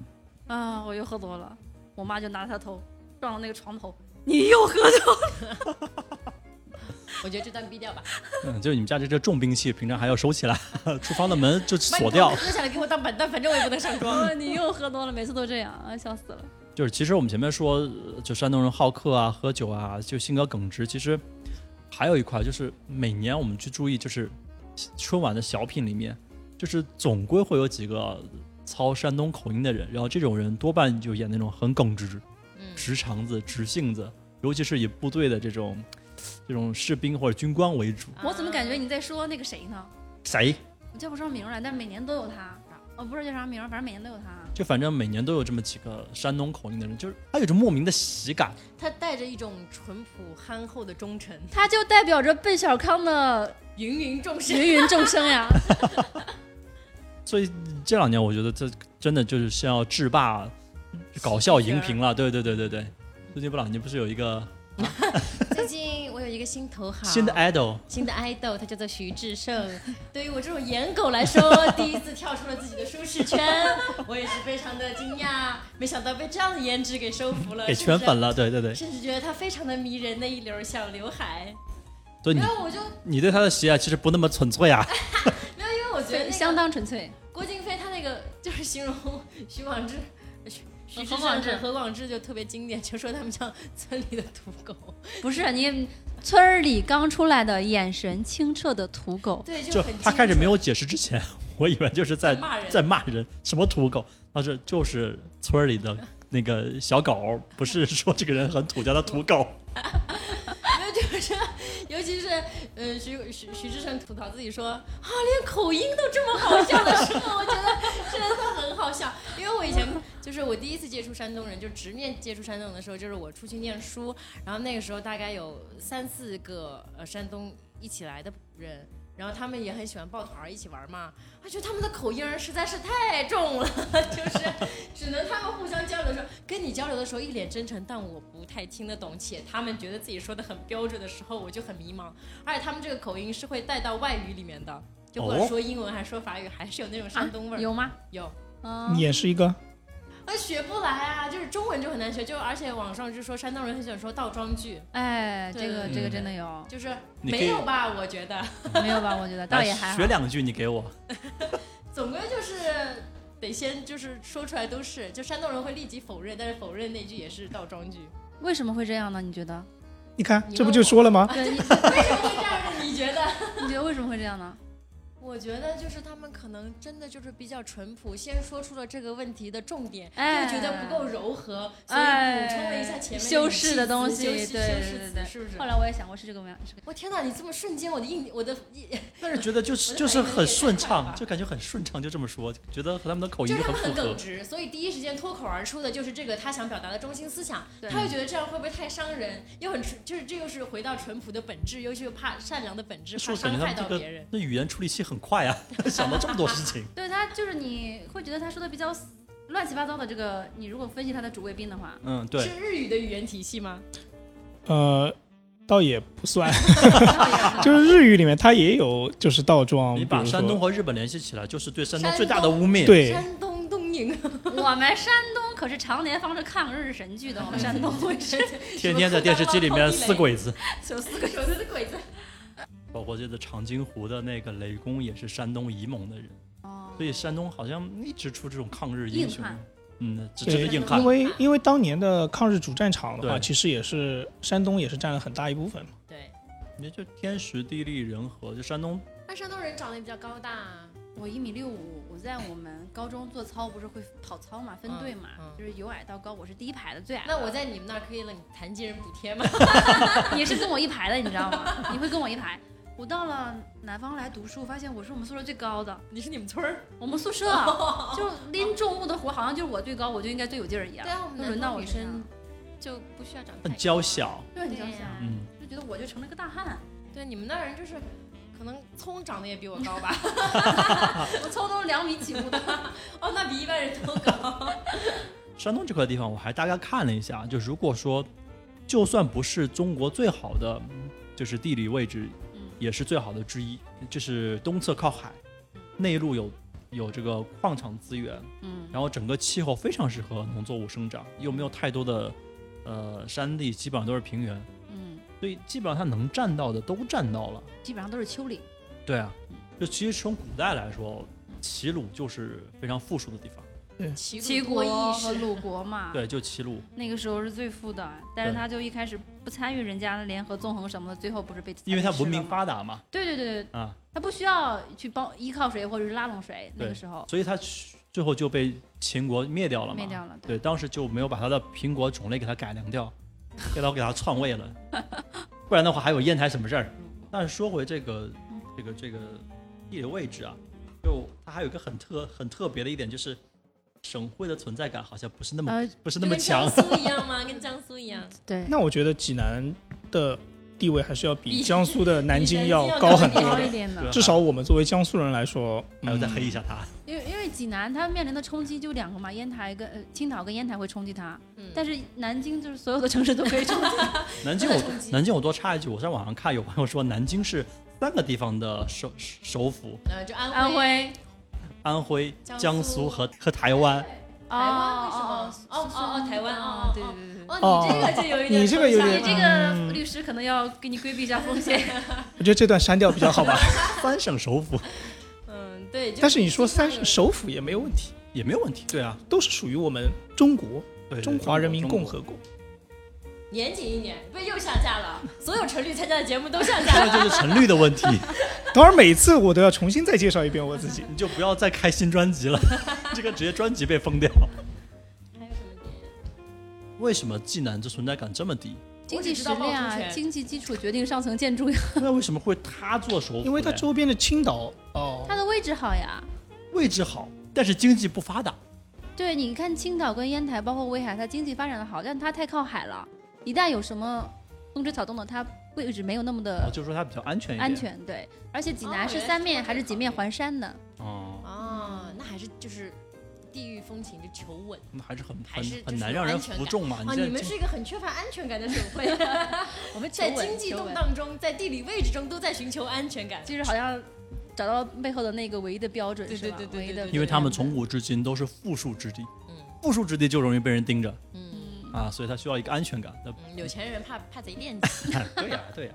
Speaker 4: 啊我又喝多了，我妈就拿他头撞到那个床头，你又喝多了，
Speaker 2: 我觉得这段避掉吧。
Speaker 1: 嗯，就是你们家这这重兵器，平常还要收起来， 厨房的门 就 锁掉。
Speaker 2: 喝下来给我当板凳，反正我也不能上桌。
Speaker 4: 啊你又喝多了，每次都这样啊，笑死了。
Speaker 1: 就是其实我们前面说，呃就山东人好客啊、喝酒啊，就性格耿直。其实还有一块就是每年我们去注意，就是春晚的小品里面，就是总归会有几个操山东口音的人，然后这种人多半就演那种很耿直、
Speaker 2: 嗯，
Speaker 1: 直肠子、直性子，尤其是以部队的这种这种士兵或者军官为主。
Speaker 4: 我怎么感觉你在说那个谁呢？
Speaker 1: 谁？
Speaker 4: 我叫不上名儿来，但每年都有他。哦，不是叫啥名儿，反正每年都有他。
Speaker 1: 就反正每年都有这么几个山东口音的人，就是他有着莫名的喜感。
Speaker 2: 啊他带着一种淳朴憨厚的忠诚，
Speaker 4: 他就代表着贝小康的
Speaker 2: 芸芸众生。
Speaker 4: 芸芸众生呀。
Speaker 1: 所以这两年我觉得这真的就是先要制霸搞笑荧屏了，对对对对对。最近不老，你不是有一个
Speaker 2: 最近我有一个新头号，
Speaker 1: 新的 idol，
Speaker 2: 新的 idol，他叫做徐志胜。对于我这种颜狗来说，第一次跳出了自己的舒适圈，我也是非常的惊讶，没想到被这样的颜值给收服了，
Speaker 1: 给圈粉了，对对对。
Speaker 2: 甚至，甚至觉得他非常的迷人的一绺小刘海。
Speaker 1: 所以你
Speaker 2: 然后我就哎
Speaker 1: 你对他的喜爱其实不那么纯粹啊，
Speaker 2: 没有，因为我觉得
Speaker 4: 对，
Speaker 2: 那
Speaker 4: 相
Speaker 2: 个
Speaker 4: 当纯粹。
Speaker 2: 郭京飞他那个就是形容徐广志。徐徐
Speaker 4: 何
Speaker 2: 志
Speaker 4: 广
Speaker 2: 胜
Speaker 4: 智
Speaker 2: 和何广智就特别经典，就说他们像村里的土狗，
Speaker 4: 不是你村儿里刚出来的眼神清澈的土狗，
Speaker 2: 对，
Speaker 1: 就
Speaker 2: 很
Speaker 1: 他开始没
Speaker 2: 有
Speaker 1: 有解释之前， 我以为就是在
Speaker 2: 在骂人
Speaker 1: 在骂人，什么土狗，但是就是村儿里的那个小狗，不是说这个人很土，叫他土狗。
Speaker 2: 没有，就是就是尤其是呃徐徐徐志胜吐槽自己说啊，连口音都这么好笑的时候，我觉得真的很好笑。因为我以前就是我第一次接触山东人，就直面接触山东人的时候，就是我出去念书，然后那个时候大概有三四个呃山东一起来的人。然后他们也很喜欢抱团儿一起玩嘛，我觉得他们的口音儿实在是太重了， 就是只能他们互相交流的时候，跟你交流的时候一脸真诚，但我不太听得懂，且他们觉得自己说的很标准的时候，我就很迷茫。而且他们这个口音是会带到外语里面的，就不管
Speaker 1: 哦
Speaker 2: 说英文还是说法语，还是有那种山东味儿、
Speaker 4: 有吗？
Speaker 2: 有。
Speaker 4: 嗯
Speaker 3: 你，也是一个
Speaker 2: 呃，学不来啊，就是中文就很难学，就而且网上就说山东人很喜欢说倒装句，
Speaker 4: 哎，
Speaker 2: 对
Speaker 4: 这个这个
Speaker 1: 嗯
Speaker 4: 真的有，
Speaker 2: 就是
Speaker 1: 你可以
Speaker 2: 没有吧？我觉得，
Speaker 4: 没有吧？我觉得倒也还好
Speaker 1: 啊学。两句，你给 我。
Speaker 2: 总归就是得先就是说出来都是，就山东人会立即否认，但是否认那句也是倒装句。
Speaker 4: 为什么会这样呢？你觉得？
Speaker 3: 你看
Speaker 2: 你
Speaker 3: 这不
Speaker 2: 问
Speaker 3: 就
Speaker 2: 我
Speaker 3: 说了吗？
Speaker 4: 对， 你
Speaker 2: 为什么会这样呢？你觉得？
Speaker 4: 你觉得为什么会这样呢？
Speaker 2: 我觉得就是他们可能真的就是比较淳朴，先说出了这个问题的重点，
Speaker 4: 哎
Speaker 2: 又觉得不够柔和，所以
Speaker 4: 哎
Speaker 2: 补充了一下前面的
Speaker 4: 修饰的东西
Speaker 2: 语气词修
Speaker 4: 对
Speaker 2: 饰修
Speaker 4: 对对
Speaker 2: 饰
Speaker 4: 对
Speaker 2: 词，是不是
Speaker 4: 后？来我也想过是这个模样，是这个。
Speaker 2: 我天哪！你这么瞬间，我的印，我的印
Speaker 1: 但是觉得就是
Speaker 2: 我的
Speaker 1: 就是
Speaker 2: 反应
Speaker 1: 很
Speaker 2: 也太
Speaker 1: 顺
Speaker 2: 快了
Speaker 1: 畅，
Speaker 2: 吧
Speaker 1: 就感觉很顺畅，就这么说，觉得和他们的口音
Speaker 2: 就是他
Speaker 1: 哦很
Speaker 2: 们很
Speaker 1: 符合
Speaker 2: 耿。直，所以第一时间脱口而出的就是这个他想表达的中心思想。
Speaker 4: 对
Speaker 2: 他又觉得这样会不会太伤人？又很纯，就是这又是回到淳朴的本质，又是又怕善良的本质，
Speaker 1: 是
Speaker 2: 怕
Speaker 1: 不是感
Speaker 2: 伤
Speaker 1: 觉
Speaker 2: 害
Speaker 1: 他
Speaker 2: 到
Speaker 1: 们这
Speaker 2: 别
Speaker 1: 个
Speaker 2: 人。
Speaker 1: 那语言处理器很快啊？ 想到这么多事情，
Speaker 4: 对他就是你会觉得他说的比较乱七八糟的这个，你如果分析他的主谓宾的话，
Speaker 1: 嗯，
Speaker 2: 是
Speaker 1: 对，
Speaker 2: 日语的语言体系吗？
Speaker 3: 呃，倒也不算，
Speaker 4: 倒也还好
Speaker 3: 就是日语里面它也有就是倒装，
Speaker 1: 你
Speaker 3: 比
Speaker 1: 把
Speaker 3: 如
Speaker 1: 山
Speaker 3: 说
Speaker 1: 东和日本联系起来，就是对山东
Speaker 2: 山
Speaker 1: 最大的污蔑。
Speaker 3: 对
Speaker 2: 山东东营，
Speaker 4: 我们山东可是常年放着抗日神 剧的，我们山东会是
Speaker 1: 天天在电视机里面撕鬼 子，
Speaker 4: 有四个
Speaker 2: 有的鬼子。
Speaker 1: 包括这个长津湖的那个雷公也是山东沂蒙的人，
Speaker 4: 哦
Speaker 1: 所以山东好像一直出这种抗日英雄
Speaker 4: 硬汉。
Speaker 1: 嗯，这这
Speaker 3: 对
Speaker 1: 是硬汉
Speaker 3: 因。为因为当年的抗日主战场的话，
Speaker 1: 对
Speaker 3: 其实也是山东也是占了很大一部分嘛。
Speaker 2: 对，
Speaker 1: 也就天时地利人和，就山东
Speaker 2: 那山东人长得也比较高大、啊，
Speaker 4: 我一米六五，我在我们高中做操不是会跑操嘛，分队嘛，
Speaker 7: 嗯嗯
Speaker 4: 就是由矮到高，我是第一排的最矮的。
Speaker 2: 那我在你们那儿可以领残疾人补贴吗？
Speaker 4: 你是跟我一排的，你知道吗？你会跟我一排。我到了南方来读书，发现我是我们宿舍最高的。
Speaker 2: 你是你们村儿？
Speaker 4: 我们宿舍就拎重物的活，好像就是我最高，我就应该最有劲儿一样
Speaker 2: 哦对。啊，我们
Speaker 4: 轮
Speaker 2: 南
Speaker 4: 到
Speaker 2: 方
Speaker 4: 我
Speaker 2: 女
Speaker 4: 身上
Speaker 2: 生啊就不需要长得
Speaker 1: 很
Speaker 2: 太
Speaker 1: 娇小，
Speaker 4: 就很
Speaker 2: 对
Speaker 4: 娇
Speaker 2: 呀
Speaker 4: 小，
Speaker 1: 嗯，
Speaker 4: 就觉得我就成了个大汉。
Speaker 2: 对，你们那儿人就是可能葱长得也比我高吧。
Speaker 4: 我操都是两米起步的。
Speaker 2: 哦，那比一般人都高。
Speaker 1: 山东这块地方，我还大概看了一下，就如果说，就算不是中国最好的，就是地理位置，
Speaker 4: 嗯
Speaker 1: 也是最好的之一。就是东侧靠海，内陆有有这个矿场资源，
Speaker 4: 嗯，
Speaker 1: 然后整个气候非常适合农作物生长，又没有太多的呃山地，基本上都是平原，
Speaker 4: 嗯，
Speaker 1: 所以基本上它能占到的都占到了。
Speaker 4: 基本上都是丘陵。
Speaker 1: 对啊，就其实从古代来说，
Speaker 4: 嗯
Speaker 1: 齐鲁就是非常富庶的地方。
Speaker 2: 齐
Speaker 4: 齐
Speaker 2: 国
Speaker 4: 国
Speaker 2: 意
Speaker 4: 和
Speaker 2: 识，
Speaker 4: 鲁国嘛，
Speaker 1: 对，就齐鲁。
Speaker 4: 那个时候是最富的，但是他就一开始不参与人家的联合纵横什么的，最后不是被
Speaker 1: 因为它文明
Speaker 4: 发，
Speaker 1: 发达嘛，
Speaker 4: 对对对对，
Speaker 1: 啊，
Speaker 4: 他不需要去帮依靠谁或者是拉拢谁，那个时候
Speaker 1: 所以它最后就被秦国灭掉了嘛。
Speaker 4: 灭掉了。
Speaker 1: 对，当时就没有把它的苹果种类给它改良掉， 给它给它篡位了， 不然的话还有烟台什么事儿？
Speaker 4: 嗯
Speaker 1: 但是说回这个这个这个地理位置啊，就它还有一个很特很特别的一点就是。省会的存在感好像不是那么、
Speaker 4: 呃
Speaker 1: 不是
Speaker 2: 就
Speaker 1: 那么
Speaker 2: 跟江
Speaker 1: 强，
Speaker 2: 苏一样吗？跟江苏一样，
Speaker 4: 对，
Speaker 3: 那我觉得济南的地位还是要比
Speaker 2: 比
Speaker 3: 江苏的南京
Speaker 2: 比
Speaker 3: 要
Speaker 2: 南京要
Speaker 3: 高很多
Speaker 4: 高一
Speaker 3: 的，
Speaker 4: 点的
Speaker 1: 对，
Speaker 3: 至少嗯我们作为江苏人来说，
Speaker 1: 还要再黑一
Speaker 3: 下。
Speaker 1: 下它。
Speaker 4: 因为因为济南它面临的冲击就两个嘛，烟台跟呃青岛跟烟台会冲击它，
Speaker 2: 嗯
Speaker 4: 但是南京就是所有的城市都可以冲击。
Speaker 1: 南 京我南京我多插一句，我在网上看有朋友说南京是三个地方的首首府，
Speaker 2: 呃，就安
Speaker 4: 安
Speaker 2: 徽、
Speaker 4: 徽
Speaker 1: 安徽、
Speaker 2: 江苏
Speaker 1: 江苏和和台湾。
Speaker 4: 台
Speaker 2: 湾为什么哦哦哦台湾哦哦
Speaker 4: 对
Speaker 2: 哦
Speaker 4: 对对对。
Speaker 2: 哦，你这个就有一点，
Speaker 3: 你这个有点嗯
Speaker 4: 你这个
Speaker 1: 嗯
Speaker 4: 律师可能要给你规避一下风险。
Speaker 3: 我觉得这段删掉比较 好吧。
Speaker 1: 三省首府
Speaker 2: 嗯，对。就
Speaker 3: 但是你说三
Speaker 2: 经常有
Speaker 3: 首府也没有问题，
Speaker 1: 也没有问题。对啊，
Speaker 3: 都是属于我们中国
Speaker 1: 对
Speaker 3: 中华人民共和国。
Speaker 2: 严谨一点，不是又下架了？所有陈律参加的节目都下
Speaker 1: 那
Speaker 2: 架了。
Speaker 1: 就是陈律的问题，
Speaker 3: 当然每次我都要重新再介绍一遍我自己。
Speaker 1: 你就不要再开新专辑 了，这个直接专辑被封掉。
Speaker 2: 还有什么点？
Speaker 1: 为什么济南这存在感这么低？
Speaker 4: 经
Speaker 6: 我
Speaker 4: 济
Speaker 6: 只知
Speaker 4: 实
Speaker 6: 道
Speaker 4: 力
Speaker 6: 趵突
Speaker 4: 啊，
Speaker 6: 泉
Speaker 4: 经济基础决定上层建筑呀，
Speaker 1: 那为什么会他做首府嘞？
Speaker 3: 因为它周边的青岛哦
Speaker 4: 它，的位置好呀。
Speaker 1: 位置好，但是经济不发达。
Speaker 4: 对，你看青岛跟烟台，包括威海，它经济发展的好，但它太靠海了，一旦有什么风吹草动的，它位置没有那么
Speaker 1: 哦，
Speaker 4: 的
Speaker 1: 就是说它比较安全一点。
Speaker 4: 安。全。对，而且济
Speaker 6: 哦
Speaker 4: 南是
Speaker 6: 原来
Speaker 4: 三
Speaker 6: 是
Speaker 4: 面
Speaker 6: 这
Speaker 4: 还是
Speaker 6: 样
Speaker 4: 几面环山的，
Speaker 1: 哦，
Speaker 2: 哦，那还是就是地域风情就求稳。
Speaker 1: 那还是很
Speaker 2: 还
Speaker 1: 很
Speaker 2: 是就是
Speaker 1: 很难
Speaker 2: 有
Speaker 1: 让人
Speaker 2: 安全
Speaker 1: 服
Speaker 2: 感
Speaker 1: 众嘛。
Speaker 6: 哦，
Speaker 1: 这
Speaker 6: 你们
Speaker 1: 这
Speaker 6: 是一个很缺乏安全感的省 会，啊
Speaker 2: 我们
Speaker 6: 在经济动，荡中，在地理位置中都在寻求安全感。
Speaker 4: 就是好像找到背后的那个唯一的标准，
Speaker 2: 对
Speaker 4: 是吧？
Speaker 2: 对对对
Speaker 4: 唯一
Speaker 2: 对
Speaker 4: 的
Speaker 2: 对
Speaker 1: 因为他们从
Speaker 4: 标
Speaker 1: 古至今都是富庶之地，
Speaker 2: 嗯
Speaker 1: 富庶之地就容易被人盯着
Speaker 2: 嗯
Speaker 1: 啊，所以他需要一个安全感。那
Speaker 2: 嗯，有钱人怕怕贼惦记。
Speaker 1: 对呀、对呀、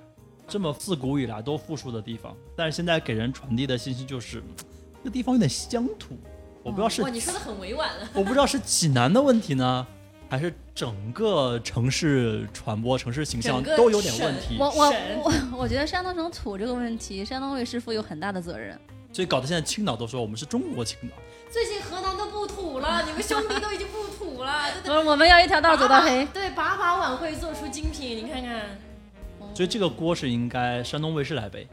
Speaker 1: 这么自古以来都富庶的地方，但是现在给人传递的信息就是，嗯这个地方有点乡土。我
Speaker 3: 哦
Speaker 1: 不知道是、
Speaker 6: 哦哇，你说的很委婉了。
Speaker 1: 我不知道是济南的问题呢，还是整个城市传播、城市形象
Speaker 6: 整个
Speaker 1: 都有点问题，
Speaker 4: 我我
Speaker 6: 神
Speaker 4: 我我觉得山东省土这个问题，山东卫视负有很大的责任。
Speaker 1: 所以搞得现在青岛都说我们是中国青岛。
Speaker 6: 最近河南都不土 了，你们兄弟都已经不土了，对对。
Speaker 4: 我我们要一条道走到黑。
Speaker 6: 对，把把晚会做出精品，你看看，
Speaker 1: 所以这个锅是应该山东卫视来背，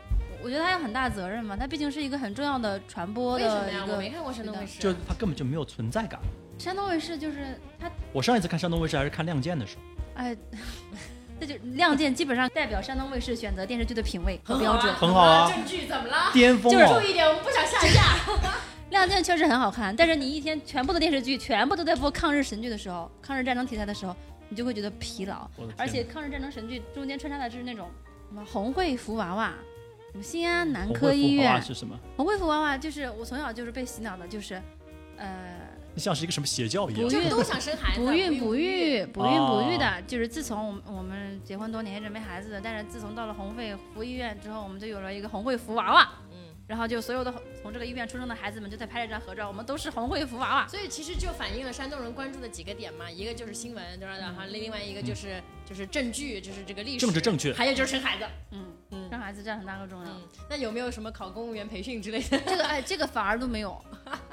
Speaker 4: 我觉得他有很大责任嘛，他毕竟是一个很重要的传播
Speaker 6: 为什么
Speaker 4: 的
Speaker 6: 呀
Speaker 4: 一？
Speaker 6: 我没
Speaker 4: 个。
Speaker 6: 看过山东卫视，啊
Speaker 1: 就它根本就没有存在感。
Speaker 4: 山东卫视就是他，
Speaker 1: 我上一次看山东卫视还是看《亮剑》的时候，
Speaker 6: 啊
Speaker 4: 哎，这就《亮剑》基本上代表山东卫视选择电视剧的品味和
Speaker 6: 很
Speaker 4: 标准。
Speaker 1: 很好啊
Speaker 6: 证据怎么了？
Speaker 1: 巅峰
Speaker 6: 就是
Speaker 1: 哦
Speaker 6: 注，意点，我们不想下架。
Speaker 4: 亮剑》确实很好看，但是你一天全部的电视剧全部都在播抗日神剧的时候，抗日战争题材的时候，你就会觉得疲劳。
Speaker 1: 我的天
Speaker 4: 而且抗日战争神剧中间穿插的就是那种什么红会福娃娃，什么新安南
Speaker 1: 红
Speaker 4: 科
Speaker 1: 会
Speaker 4: 医
Speaker 1: 福娃
Speaker 4: 院，
Speaker 1: 是什么？
Speaker 4: 红会福娃娃就是我从小就是被洗脑的，就是呃
Speaker 1: 像是一个什么邪教一样
Speaker 4: 不。
Speaker 2: 就
Speaker 4: 孕
Speaker 2: 都想生孩子，
Speaker 4: 不孕不育不孕不育
Speaker 1: 哦
Speaker 4: 的，就是自从我们我们结婚多年也准备孩子的，但是自从到了红会福医院之后，我们就有了一个红会福娃娃。
Speaker 2: 嗯，
Speaker 4: 然后就所有的从这个医院出生的孩子们就在拍了一张合照，我们都是红会福娃娃。
Speaker 6: 所以其实就反映了山东人关注的几个点嘛，一个就是新闻，对吧？然后另外一个就是就是证据，就是这个历史，
Speaker 1: 嗯政治正确
Speaker 6: 还有就是生孩子。
Speaker 4: 嗯，
Speaker 2: 嗯
Speaker 4: 让孩子占很大个重要。
Speaker 6: 嗯，那有没有什么考公务员培训之类的？
Speaker 4: 这个哎，这个反而都没有，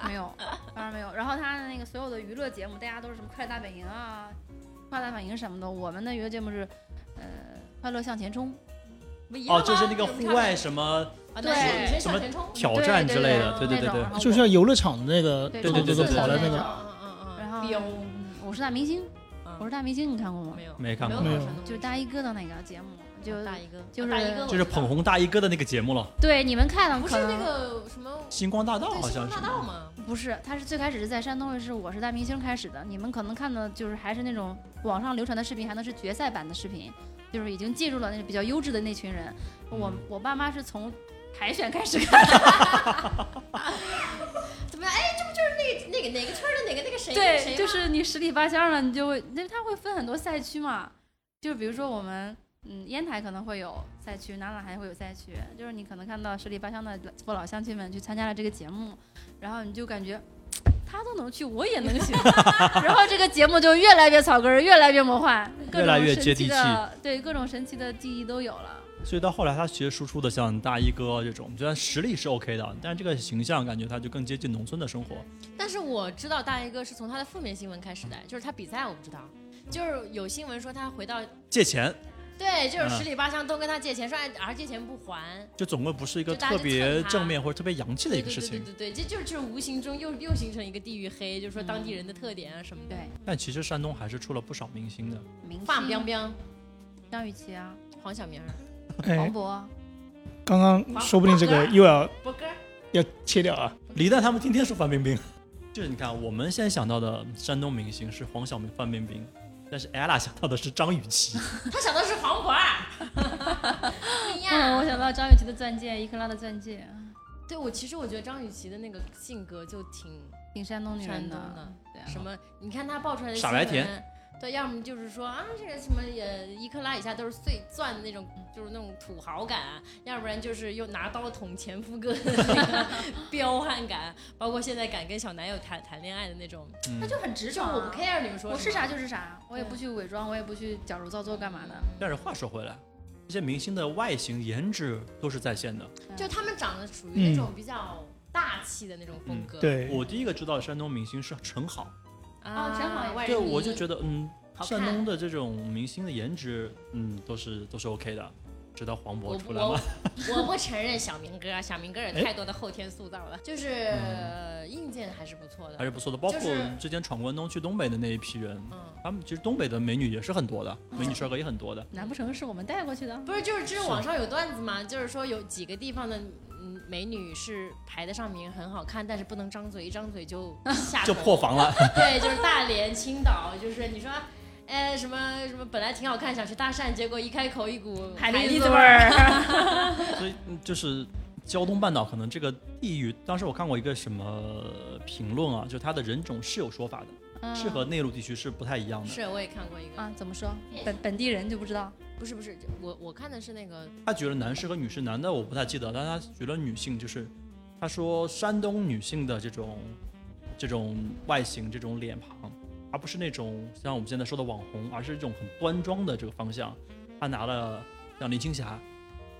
Speaker 4: 没有，反而没有。然后他的那个所有的娱乐节目，大家都是什么快乐大本营啊、快乐大本营什么的，我们的娱乐节目是呃快乐向前冲，
Speaker 6: 不一样啊
Speaker 1: 哦，
Speaker 6: 吗
Speaker 1: 就是那个户外什么
Speaker 6: 啊，男生女生
Speaker 1: 什么
Speaker 6: 向前冲，
Speaker 1: 挑战之类的，对
Speaker 4: 对
Speaker 1: 对对
Speaker 4: 那种
Speaker 1: 对
Speaker 4: 然。后
Speaker 3: 就
Speaker 4: 我
Speaker 3: 像游乐场的那个
Speaker 4: 对
Speaker 1: 对对对
Speaker 3: 都
Speaker 1: 对
Speaker 3: 跑的那
Speaker 4: 对
Speaker 3: 个
Speaker 4: 对，
Speaker 6: 嗯嗯嗯，
Speaker 4: 然后
Speaker 6: 彪
Speaker 4: 我是大明星，我是大明星，你看过吗
Speaker 6: 没？有
Speaker 1: 没看过
Speaker 3: 没有
Speaker 4: 就是大衣哥的那个节目，就
Speaker 2: 大一个
Speaker 4: 就是
Speaker 6: 哦大一哥
Speaker 1: 就是捧红大衣哥的那个节目了，
Speaker 4: 对你们看了
Speaker 6: 不是
Speaker 4: 可能
Speaker 6: 那个什么
Speaker 1: 《星光大道
Speaker 6: 对》
Speaker 1: 好
Speaker 6: 星
Speaker 1: 像
Speaker 6: 光
Speaker 1: 是
Speaker 6: 大。道吗？
Speaker 4: 不是，他是最开始是在山东卫视《我是大明星》开始的，你们可能看的就是还是那种网上流传的视频，还能是决赛版的视频，就是已经进入了那比较优质的那群人。我
Speaker 1: 嗯
Speaker 4: 我爸妈是从海选开始看，
Speaker 6: 怎么样？哎，这不就是那个那个哪个圈儿的哪个那个
Speaker 2: 哎
Speaker 6: 谁谁
Speaker 4: 对，
Speaker 6: 吗
Speaker 4: 就是你十里八乡了，你就会，那他会分很多赛区嘛，就是比如说我们。嗯，烟台可能会有赛区，哪哪还会有赛区，就是你可能看到十里八乡的父老乡亲们去参加了这个节目，然后你就感觉他都能去，我也能行，然后这个节目就越来越草根儿，越来越魔幻，各
Speaker 1: 越
Speaker 4: 种
Speaker 1: 来越
Speaker 4: 神
Speaker 1: 接
Speaker 4: 奇
Speaker 1: 地
Speaker 4: 的，对各种神奇的记忆都有了。
Speaker 1: 所以到后来，他其实输出的像大衣哥这种，虽然实力是 OK 的，但是这个形象感觉他就更接近农村的生活。
Speaker 2: 但是我知道大一哥是从他的负面新闻开始的，就是他比赛我不知道，就是有新闻说他回到
Speaker 1: 借钱
Speaker 2: 对，就是
Speaker 1: 嗯
Speaker 2: 十里八乡都跟他借钱，说哎儿借钱不还，
Speaker 1: 就总归不是一个
Speaker 2: 就大家
Speaker 1: 特
Speaker 2: 就
Speaker 1: 别
Speaker 2: 蹭他
Speaker 1: 正面或者特别洋气的一个事
Speaker 2: 对
Speaker 1: 情。
Speaker 2: 对对对对，这就是就是无形中又又形成一个地域黑，就是说当地人的特点啊什么的。
Speaker 4: 对，
Speaker 1: 但其实山东还是出了不少明星的，
Speaker 4: 明
Speaker 6: 范彪
Speaker 4: 星
Speaker 6: 彪，
Speaker 4: 张雨绮啊，
Speaker 2: 黄晓明儿、
Speaker 4: 黄
Speaker 3: 哎，
Speaker 4: 渤啊，
Speaker 3: 刚刚说不定这个又要
Speaker 6: 博哥，
Speaker 3: 要切掉啊，
Speaker 1: 李诞他们天天说范冰冰。就是你看，我们现在想到的山东明星是黄晓明、范冰冰，但是 ella 想到的是张雨绮。
Speaker 6: 他想的是黄 渤儿，不
Speaker 2: 哎
Speaker 6: 一
Speaker 4: 嗯，
Speaker 6: 样。
Speaker 4: 我想到张雨绮的钻戒，伊克拉的钻戒，
Speaker 2: 对我其实我觉得张雨绮的那个性格就挺
Speaker 4: 挺山东女
Speaker 2: 山
Speaker 4: 人
Speaker 2: 东
Speaker 4: 的。
Speaker 2: 的，
Speaker 4: 对啊
Speaker 2: 什么你看她爆出来的
Speaker 1: 傻
Speaker 2: 新
Speaker 1: 白
Speaker 2: 闻
Speaker 1: 甜，
Speaker 2: 对，要么就是说啊这个什么也一克拉以下都是碎钻的那种，就是那种土豪感，啊要不然就是又拿刀捅前夫哥的那个彪悍感，包括现在敢跟小男友谈谈恋爱的那种，啊
Speaker 1: 嗯
Speaker 4: 那，就很直
Speaker 2: 就
Speaker 4: 爽、
Speaker 2: 我不 care 你们说
Speaker 4: 我
Speaker 2: 什
Speaker 4: 是
Speaker 2: 么
Speaker 4: 啥就是啥，我也不去伪装，我也不去矫揉造作干嘛的。
Speaker 1: 但是话说回来，这些明星的外形、颜值都是在线的。
Speaker 2: 就他们长得属
Speaker 1: 嗯
Speaker 2: 于那种比较大气的那种风格，
Speaker 3: 对，
Speaker 1: 我第一个知道的山东明星是陈好，
Speaker 2: 啊，
Speaker 4: 哦正好也
Speaker 2: 外
Speaker 1: 对，
Speaker 2: 人迷
Speaker 1: 我就觉得嗯，
Speaker 2: 好
Speaker 1: 山
Speaker 2: 看。
Speaker 1: 东的这种明星的颜值，嗯，都是都是 OK 的。直到黄
Speaker 2: 我
Speaker 1: 渤出来
Speaker 2: 我
Speaker 1: 嘛，
Speaker 2: 我不承认小明哥，啊小明哥有太多的后天塑造了，就是
Speaker 1: 嗯
Speaker 2: 硬件还是不错
Speaker 1: 还
Speaker 2: 的。
Speaker 1: 是不错的。包括
Speaker 2: 就是
Speaker 1: 之前闯关东去东北的那一批人，
Speaker 2: 嗯，
Speaker 1: 他们其实东北的美女也是很多的，美女帅哥也很多的。
Speaker 4: 难不成是我们带过去 的？
Speaker 2: 不是，就是这是网上有段子嘛，就是说有几个地方的嗯美女是排得上名，很好看，但是不能张嘴，一张嘴就下
Speaker 1: 就
Speaker 2: 头
Speaker 1: 破防了，
Speaker 2: 对，就是大连、青岛，就是你说，哎，什么什么，本来挺好看，想去大汕，结果一开口一股
Speaker 4: 蛎
Speaker 2: 子
Speaker 4: 味。儿，
Speaker 1: 所以嗯就是胶东半岛可能这个地域，当时我看过一个什么评论啊，就它的人种是有说法的，
Speaker 2: 嗯
Speaker 1: 是和内陆地区是不太一样的。
Speaker 2: 是，我也看过一个，
Speaker 4: 嗯啊？怎么说？本本地人就不知道。
Speaker 2: 不是不是，我我看的是那个，
Speaker 1: 他举了男士和女士，男的我不太记得，但他举了女性，就是他说山东女性的这种这种外形、这种脸庞，而不是那种像我们现在说的网红，而是一种很端庄的这个方向。他拿了像林青霞、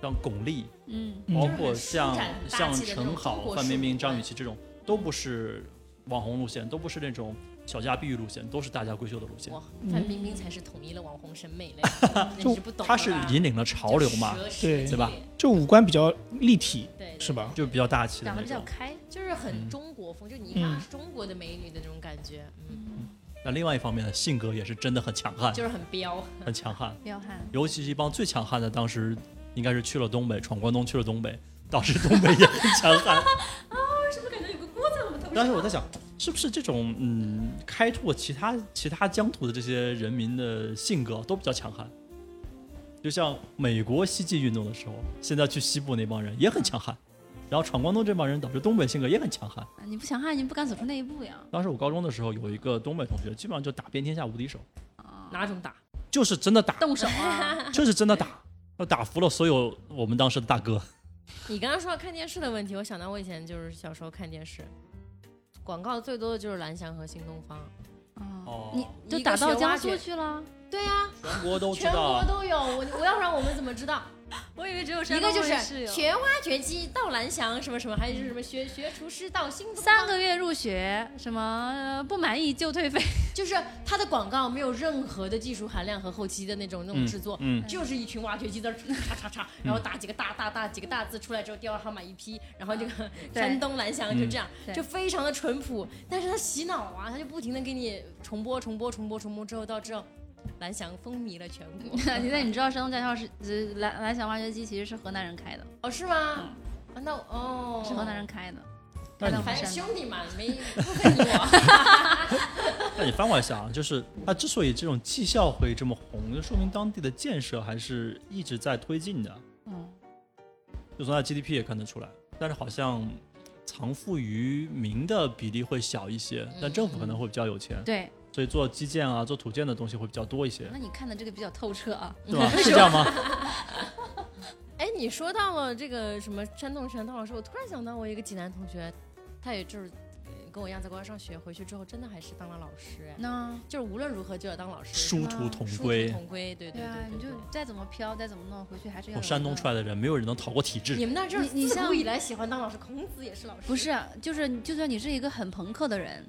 Speaker 1: 像巩俐，
Speaker 4: 嗯，
Speaker 1: 包
Speaker 2: 就是
Speaker 1: 括
Speaker 2: 很舒
Speaker 1: 像
Speaker 2: 展
Speaker 1: 像
Speaker 2: 大气的那
Speaker 1: 陈
Speaker 2: 种中
Speaker 1: 好、
Speaker 2: 国
Speaker 1: 范冰
Speaker 2: 式
Speaker 1: 冰、
Speaker 2: 古
Speaker 1: 张
Speaker 2: 代
Speaker 1: 雨绮这种，都不是网红路线，都不是那种小家碧玉路线，都是大家闺秀的路线。
Speaker 2: 哇，
Speaker 3: 嗯
Speaker 2: 范冰冰才是统一了网红审美类 的，你是不懂的吧。
Speaker 1: 她是引领了潮流嘛，
Speaker 2: 就蛇食
Speaker 3: 对
Speaker 2: 系
Speaker 1: 对吧
Speaker 2: 列？
Speaker 3: 就五官比较立体，
Speaker 2: 对，
Speaker 3: 是
Speaker 2: 吧？
Speaker 3: 吧？
Speaker 1: 就比较嗯大气的
Speaker 2: 长得
Speaker 1: 那
Speaker 2: 比较
Speaker 1: 种。
Speaker 2: 开，就是很中国风，就你一看是中国的美女的那种感觉，嗯，
Speaker 1: 那另外一方面呢，性格也是真的很强悍
Speaker 2: 就，是很彪。
Speaker 1: 很强悍。
Speaker 4: 彪悍。
Speaker 1: 尤其是一帮最强悍的，当时应该是去了东北，闯关东去了东北，导致东北也很强悍。
Speaker 6: 是不是感觉有个锅在我们头上？
Speaker 1: 当时我在想，是不是这种嗯，开拓其他其他疆土的这些人民的性格都比较强悍？就像美国西进运动的时候，现在去西部那帮人也很强悍，然后闯关东这帮人导致东北性格也很强悍。
Speaker 4: 啊你不强悍，你不敢走出那一步呀。
Speaker 1: 当时我高中的时候有一个东北同学，基本上就打遍天下无敌手，
Speaker 2: 哪种打？
Speaker 1: 就是真的打，
Speaker 4: 动手啊！
Speaker 1: 就是真的打，要打服了所有我们当时的大哥。
Speaker 2: 你刚刚说到看电视的问题，我想到我以前就是小时候看电视，广告最多的就是蓝翔和新东方。
Speaker 1: 哦
Speaker 4: 嗯你就
Speaker 2: 一个
Speaker 4: 打到
Speaker 2: 学蛙
Speaker 4: 江苏
Speaker 2: 卷
Speaker 4: 去了，
Speaker 2: 对呀、
Speaker 1: 全国都
Speaker 2: 全国都有，我我要不然我们怎么知 道？
Speaker 4: 我以为只有
Speaker 2: 一
Speaker 4: 山东
Speaker 2: 个就
Speaker 4: 卫
Speaker 2: 是
Speaker 4: 视有
Speaker 2: 学挖掘机到蓝翔什么什么，还有就是什么学学厨师到新东方
Speaker 4: 三个月入学，什么呃不满意就退费。
Speaker 2: 就是它的广告没有任何的技术含量和后期的那种那种制作，
Speaker 1: 嗯，
Speaker 2: 就是一群挖掘机在那儿叉叉叉，然后打几个大大大几个大字出来之后，电话号码一批，然后这个
Speaker 4: 对
Speaker 2: 山东蓝翔就这样
Speaker 4: 嗯，对，
Speaker 2: 就非常的淳朴，但是它洗脑啊，它就不停的给你重播重播重播重播之后到之后，蓝翔风靡了全国
Speaker 4: 现在你知道山东驾校是呃蓝蓝翔挖掘机其实是河南人开的，
Speaker 2: 哦是吗？啊那我哦，
Speaker 4: 是河南人开的。
Speaker 1: 那
Speaker 4: 开
Speaker 1: 你
Speaker 4: 到我
Speaker 2: 反
Speaker 4: 们
Speaker 2: 正
Speaker 4: 山东。
Speaker 2: 兄弟嘛，没不跟我，
Speaker 1: 那你翻过来想啊，就是它之所以这种技校会这么红，就说明当地的建设还是一直在推进的。
Speaker 4: 嗯，
Speaker 1: 就从它 GDP 也看得出来，但是好像藏富于民的比例会小一些，但政府可能会比较有钱，
Speaker 4: 对。
Speaker 1: 所以做基建啊、做土建的东西会比较多一些，
Speaker 4: 那你看的这个比较透彻啊。
Speaker 1: 对吧？是这样吗？
Speaker 2: 哎，你说到了这个什么山东全套老师，我突然想到我一个济南同学，他也就是呃跟我一样在国外上学，回去之后真的还是当了老师，哎，
Speaker 4: 那
Speaker 2: 就是无论如何就要当老师，
Speaker 1: 殊途同
Speaker 2: 殊途
Speaker 1: 归。
Speaker 2: 同归，对对
Speaker 4: 对啊，
Speaker 2: 对
Speaker 4: 你就
Speaker 2: 对
Speaker 4: 再怎么飘，再怎么弄，回去还是要。
Speaker 1: 从山东出。来的人，没有人能逃过体
Speaker 2: 对。你
Speaker 1: 制。
Speaker 2: 们那儿就是
Speaker 4: 你你
Speaker 2: 自古
Speaker 4: 像
Speaker 2: 以来喜欢当老师，孔子也是老师，
Speaker 4: 不是，就是你就算你是一个很朋克的人，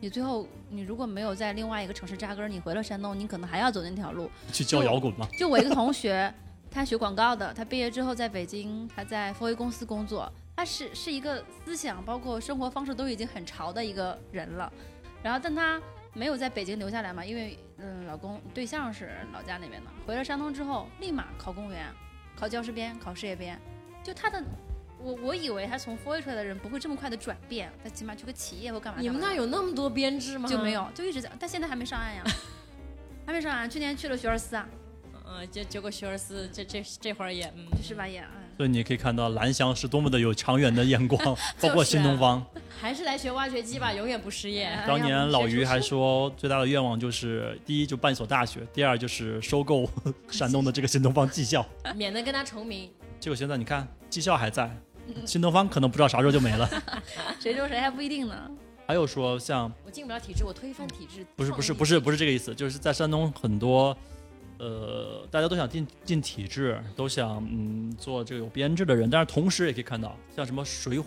Speaker 4: 你最后你如果没有在另外一个城市扎根儿，你回了山东，你可能还要走那条路。
Speaker 1: 去教摇滚嘛，
Speaker 4: 就我一个同学， 他学广告的，他毕业之后在北京，他在 f o 公司工作，他是是一个思想包括生活方式都已经很潮的一个人了，然后但他没有在北京留下来嘛，因为嗯，老公对象是老家那边的，回了山东之后立马考公务员，考教师编，考事业编，就他的。我我以为他从 f o 出来的人不会这么快的转变，他起码去个企业或干嘛干嘛的。
Speaker 2: 你们那儿有那么多编制吗？
Speaker 4: 就没，有，就一直在，但现在还没上岸呀，还没上岸。去年去了学而思啊，
Speaker 2: 嗯，结结果学而思这这这会儿也嗯，
Speaker 4: 是吧？？也，嗯
Speaker 1: 所以你可以看到蓝翔是多么的有长远的眼光，包括新东方。
Speaker 2: 还是来学挖掘机吧，永远不失业。
Speaker 4: 哎
Speaker 1: 当
Speaker 4: 要
Speaker 1: 年
Speaker 4: 不
Speaker 1: 老
Speaker 4: 学
Speaker 1: 于
Speaker 4: 厨
Speaker 1: 还
Speaker 4: 师
Speaker 1: 说，最大的愿望就是第一就办一所大学，第二就是收购山东的这个新东方技校。
Speaker 2: 免得跟他重名。
Speaker 1: 结果现在你看，技校还在，新东方可能不知道啥时候就没了。
Speaker 4: 谁说谁还不一定呢。
Speaker 1: 还有说像
Speaker 2: 我进不了体制，我推翻体制。
Speaker 1: 不是不是不
Speaker 2: 是，
Speaker 1: 是不是这个意思，就是在山东很多，呃，大家都想进进体制，都想嗯做这个有编制的人，但是同时也可以看到，像什么《水浒》、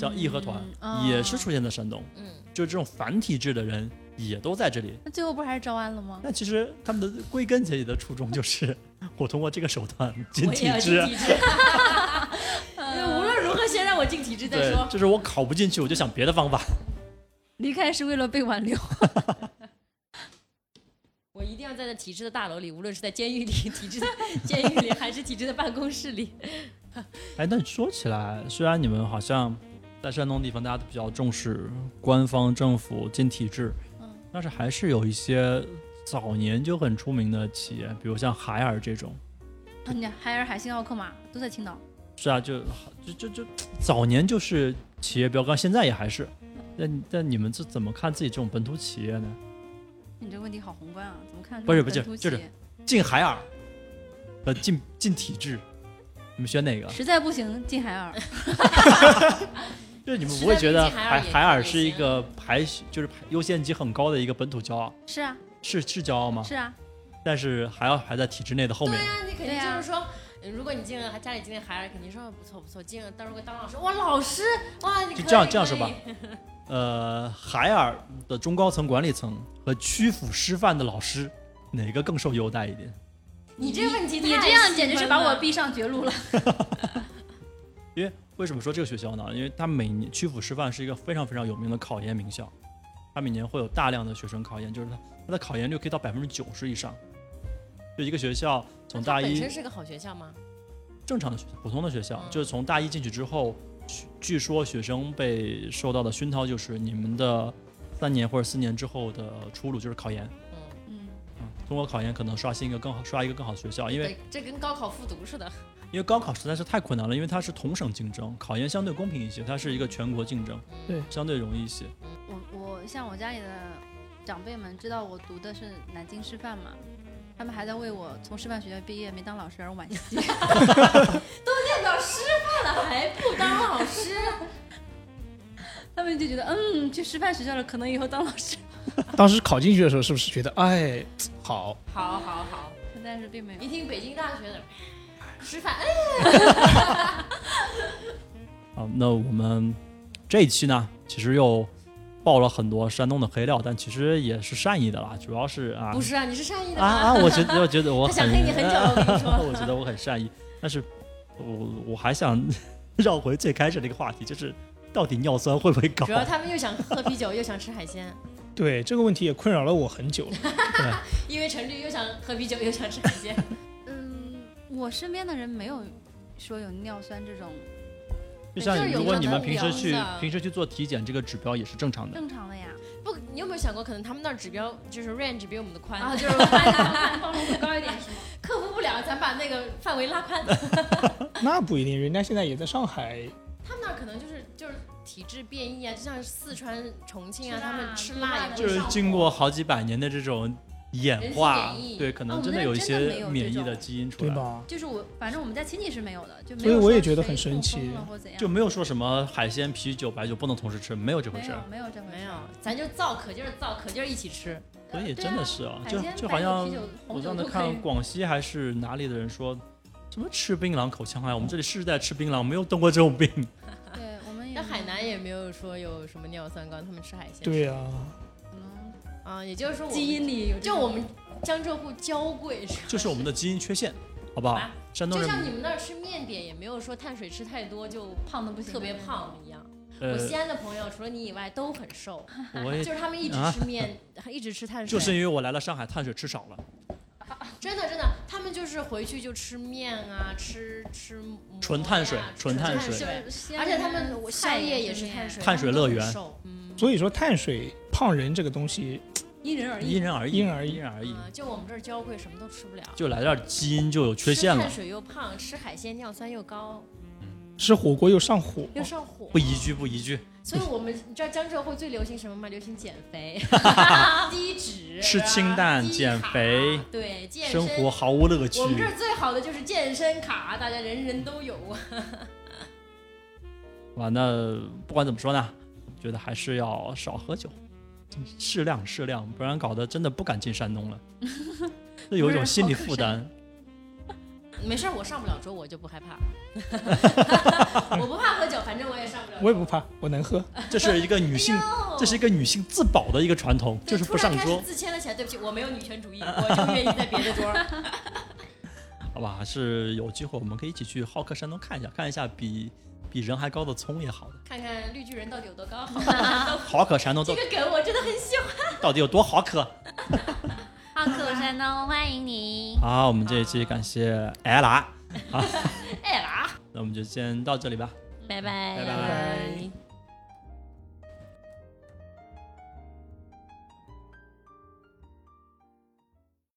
Speaker 1: 像义和团、
Speaker 4: 嗯
Speaker 1: 也是出现在山东，
Speaker 2: 嗯，
Speaker 1: 就是这种反体制的人也都在这里。
Speaker 4: 那最后不还是招安了 吗？
Speaker 1: 但其实他们的归根结底的初衷就是，我通过这个手段进
Speaker 6: 我也
Speaker 1: 体
Speaker 6: 要
Speaker 1: 制啊
Speaker 6: 进。体制，无论如何先让我进体制再
Speaker 1: 对
Speaker 6: 说，。
Speaker 1: 就是我考不进去，我就想别的方法。
Speaker 4: 离开是为了被挽留。
Speaker 6: 我一定要在那体制的大楼里，无论是在监 狱里、体制的监狱里，还是体制的办公室里，
Speaker 1: 哎，但说起来，虽然你们好像在山东地方，大家都比较重视官方政府进体制，
Speaker 4: 嗯
Speaker 1: 但是还是有一些早年就很出名的企业，比如像海尔这种，
Speaker 4: 啊你看海尔、海信、奥克马都在青岛，
Speaker 1: 是啊，就就就就早年就是企业标杆，现在也还是。但但你们这怎么看自己这种本土企业呢？
Speaker 4: 你这问题好宏观啊，怎么看？
Speaker 1: 不是不是就是啊进海尔，呃，进进体制，你们选哪个？
Speaker 4: 实在不行进 海尔，
Speaker 1: 就是你们
Speaker 2: 实
Speaker 1: 不会
Speaker 2: 在
Speaker 1: 觉
Speaker 2: 没
Speaker 1: 得
Speaker 2: 进海尔
Speaker 1: 海
Speaker 2: 也
Speaker 1: 海尔
Speaker 2: 也
Speaker 1: 是一
Speaker 2: 行
Speaker 1: 个排就是排优先级很高的一个本土骄傲，
Speaker 4: 是啊
Speaker 1: 是是骄傲吗？
Speaker 4: 是啊，
Speaker 1: 但是还要排在体制内的后面
Speaker 2: 对。呀、你肯
Speaker 4: 对
Speaker 2: 定
Speaker 4: 呀
Speaker 2: 就是说，呃如果你进了家里进了孩儿，肯定说不错不错，进了到时候当老师，哇，老师哇，你
Speaker 1: 就
Speaker 2: 可
Speaker 1: 这样
Speaker 2: 以
Speaker 1: 这样
Speaker 2: 可
Speaker 1: 是吧
Speaker 2: 以
Speaker 1: 呃，海尔的中高层管理层和曲阜师范的老师，哪个更受优待一点？
Speaker 2: 你这个问题
Speaker 4: 你
Speaker 2: 太
Speaker 4: 这样
Speaker 2: 细
Speaker 4: 简直是
Speaker 2: 分
Speaker 4: 把
Speaker 2: 了
Speaker 4: 我逼上绝路了。
Speaker 1: 因为为什么说这个学校呢？因为它每年曲阜师范是一个非常非常有名的考研名校，它每年会有大量的学生考研，就是它它的考研率可以到百分之九十以上。就一个学校从
Speaker 2: 它
Speaker 1: 大
Speaker 2: 本
Speaker 1: 一
Speaker 2: 身是个好学校吗？
Speaker 1: 正常的学校，普通的学校，
Speaker 2: 嗯
Speaker 1: 就是从大一进去之后，据据说学生被受到的熏陶就是你们的三年或者四年之后的出路就是考研，
Speaker 2: 嗯，
Speaker 4: 嗯，
Speaker 1: 嗯，通过考研可能刷新一个更好，刷一个更好的学校，因为
Speaker 2: 对，这跟高考复读似的。
Speaker 1: 因为高考实在是太困难了，因为它是同省竞争，考研相对公平一些，它是一个全国竞争，
Speaker 2: 嗯
Speaker 3: 对
Speaker 1: 相对容易一些。
Speaker 4: 我我像我家里的长辈们知道我读的是南京师范嘛，他们还在为我从师范学校毕业没当老师而惋惜。
Speaker 6: 到师范了还不当老 师，
Speaker 4: 他们就觉得，嗯，去师范学校了，可能以后当老师，
Speaker 3: 当时考进去的时候，是不是觉得哎好？
Speaker 2: 好好好，
Speaker 4: 但是并没有
Speaker 2: 一。听北京大学的师范，哎，
Speaker 1: 好，啊那我们这一期呢，其实又爆了很多山东的黑料，但其实也是善意的啦，主要是啊，
Speaker 2: 不是啊，你是善意的
Speaker 1: 啊
Speaker 2: 吗？
Speaker 1: 啊！我觉得，我觉得我
Speaker 2: 他想黑 你很久了，我跟你说。
Speaker 1: 我觉得我很善意，但是我我还想 绕回最开始那个话题，就是到底尿酸会不会高
Speaker 2: 主？要他们又想喝啤酒，又想吃海鲜，
Speaker 3: 对这个问题也困扰了我很 久了。
Speaker 2: 因为陈志又想喝啤酒，又想吃海鲜。
Speaker 4: 嗯，我身边的人没有说有尿酸这种
Speaker 1: 就像
Speaker 2: 就是
Speaker 1: 你
Speaker 2: 有
Speaker 1: 如果
Speaker 2: 这
Speaker 1: 你
Speaker 2: 种
Speaker 1: 们平时
Speaker 2: 表
Speaker 1: 去
Speaker 2: 象
Speaker 1: 平时去做体检，这个指标也是正常的。
Speaker 4: 正常的呀。
Speaker 2: 不，你有没有想过，可能他们那儿指标就是 range 比我们的宽，
Speaker 4: 然后啊就是我发现包 容度高一点是吗？
Speaker 2: 啊克服不了，咱把那个范围拉宽。
Speaker 3: 那不一定，人家现在也在上海。
Speaker 2: 他们那儿可能就是就是体质变异啊，就像四川、重庆啊，
Speaker 4: 吃辣
Speaker 2: 他们吃
Speaker 4: 吃辣
Speaker 2: 辣也
Speaker 4: 的
Speaker 2: 不
Speaker 1: 就是经过好几百年的这种演
Speaker 2: 人
Speaker 1: 化
Speaker 2: 体免，疫
Speaker 1: 对，可能
Speaker 4: 哦
Speaker 1: 真的
Speaker 4: 我们那儿
Speaker 1: 有一
Speaker 4: 真的没
Speaker 1: 些
Speaker 4: 有
Speaker 1: 免
Speaker 4: 这
Speaker 1: 疫
Speaker 4: 种
Speaker 1: 的基因出
Speaker 3: 对
Speaker 1: 来，
Speaker 3: 吧？
Speaker 4: 就是我，反正我们家亲戚是没有的，就没有
Speaker 3: 所以我也
Speaker 4: 说
Speaker 3: 觉得
Speaker 4: 谁
Speaker 3: 很神
Speaker 4: 痛
Speaker 3: 奇
Speaker 4: 风了或怎样
Speaker 1: 就没有说什么海鲜、啤酒、白酒不能同时吃，没有这回
Speaker 4: 没
Speaker 1: 事儿。
Speaker 4: 有没有这回事，
Speaker 2: 没有，咱就造，可劲儿造，可劲儿一起吃。
Speaker 1: 所以
Speaker 4: 对
Speaker 1: 真的
Speaker 4: 啊
Speaker 1: 是啊，
Speaker 4: 海
Speaker 1: 就
Speaker 4: 鲜
Speaker 1: 就
Speaker 4: 白
Speaker 1: 好
Speaker 4: 酒
Speaker 1: 像
Speaker 4: 啤酒红
Speaker 1: 我
Speaker 4: 酒
Speaker 1: 上次
Speaker 4: 都可
Speaker 1: 看
Speaker 4: 以
Speaker 1: 广西还是哪里的人说，什么吃槟榔口腔啊癌，我们这里世代吃槟榔，没有得过这种病。
Speaker 4: 对我们也
Speaker 2: 那海
Speaker 4: 没有
Speaker 2: 南也没有说有什么尿酸高，他们吃海鲜。
Speaker 3: 对啊，
Speaker 4: 可能
Speaker 2: 啊，也就是说我们
Speaker 4: 基因里有这
Speaker 2: 就
Speaker 4: 种
Speaker 2: 我们江浙沪娇贵，
Speaker 1: 就是我们的基因缺陷，好不好
Speaker 2: 啊？
Speaker 1: 山东
Speaker 2: 就
Speaker 1: 人
Speaker 2: 像你们那儿吃面点也没有说碳水吃太多就
Speaker 4: 胖的不行，
Speaker 2: 特别。胖一样。我
Speaker 1: 呃，
Speaker 2: 西安的朋友除了你以外都很瘦，
Speaker 1: 我也
Speaker 2: 就是他们一直
Speaker 1: 啊
Speaker 2: 吃面，一直吃碳水。
Speaker 1: 就是因为我来了上海，碳水吃少了，
Speaker 2: 真的真的，他们就是回去就吃面啊，吃吃馍呀
Speaker 1: 纯碳水纯
Speaker 2: 纯
Speaker 1: 碳
Speaker 2: 水，
Speaker 1: 水
Speaker 4: 就是
Speaker 2: 而且他们我宵
Speaker 4: 菜
Speaker 2: 夜
Speaker 4: 也
Speaker 2: 也
Speaker 4: 是
Speaker 2: 是碳水，
Speaker 1: 碳水乐园
Speaker 2: 他们都很瘦嗯，
Speaker 3: 所以说碳水胖人这个东西，
Speaker 4: 因人而
Speaker 1: 因
Speaker 4: 异。
Speaker 1: 人而异，
Speaker 3: 因人而异
Speaker 1: 因人而异。
Speaker 2: 啊就我们这儿娇贵，什么都吃不了，
Speaker 1: 就来这儿基因就有缺陷
Speaker 2: 吃
Speaker 1: 了哦
Speaker 2: 碳，水又胖，吃海鲜尿酸又高，
Speaker 3: 吃火锅又上火，
Speaker 2: 又上火，
Speaker 1: 不宜。居不宜居，
Speaker 2: 所以我们你知道江浙沪最流行什么吗？流行减 肥，低脂，
Speaker 1: 吃清淡
Speaker 2: 低卡
Speaker 1: 减肥，
Speaker 2: 对健身
Speaker 1: 生活。毫无乐趣
Speaker 2: 我。们这儿最好的就是健身卡，大家人人都 有啊。
Speaker 1: 哇，那不管怎么说呢，觉得还是要少喝酒，适量适量，不然搞得真的不敢进山东 了，这有一种心理负担。
Speaker 2: 没事儿，我上不了桌，我就不害怕。我不怕喝酒，反正我也上不了桌。哦
Speaker 3: 我也不怕，我能喝。
Speaker 1: 这是一个女 性，这是一个女性自保的一个传统，就是不上
Speaker 2: 哎突然开
Speaker 1: 桌
Speaker 2: 始，自谦了起来。对不起，我没有女权主义，我就愿意在别的桌。
Speaker 1: 好吧？还是有机会我们可以一起去好客山东看一下，看一下比比人还高的葱也好的。
Speaker 2: 看看绿巨人到底有多高，好吧？
Speaker 1: 好客 山东
Speaker 2: 这
Speaker 1: 到
Speaker 2: 个梗我真的很喜欢。
Speaker 1: 到底有多好客？
Speaker 4: 好客啊山东，欢迎你。
Speaker 1: 好，我们这一期感谢艾拉，
Speaker 2: 哎啦，
Speaker 1: 那我们就先到这里吧。
Speaker 4: 拜拜
Speaker 1: 拜拜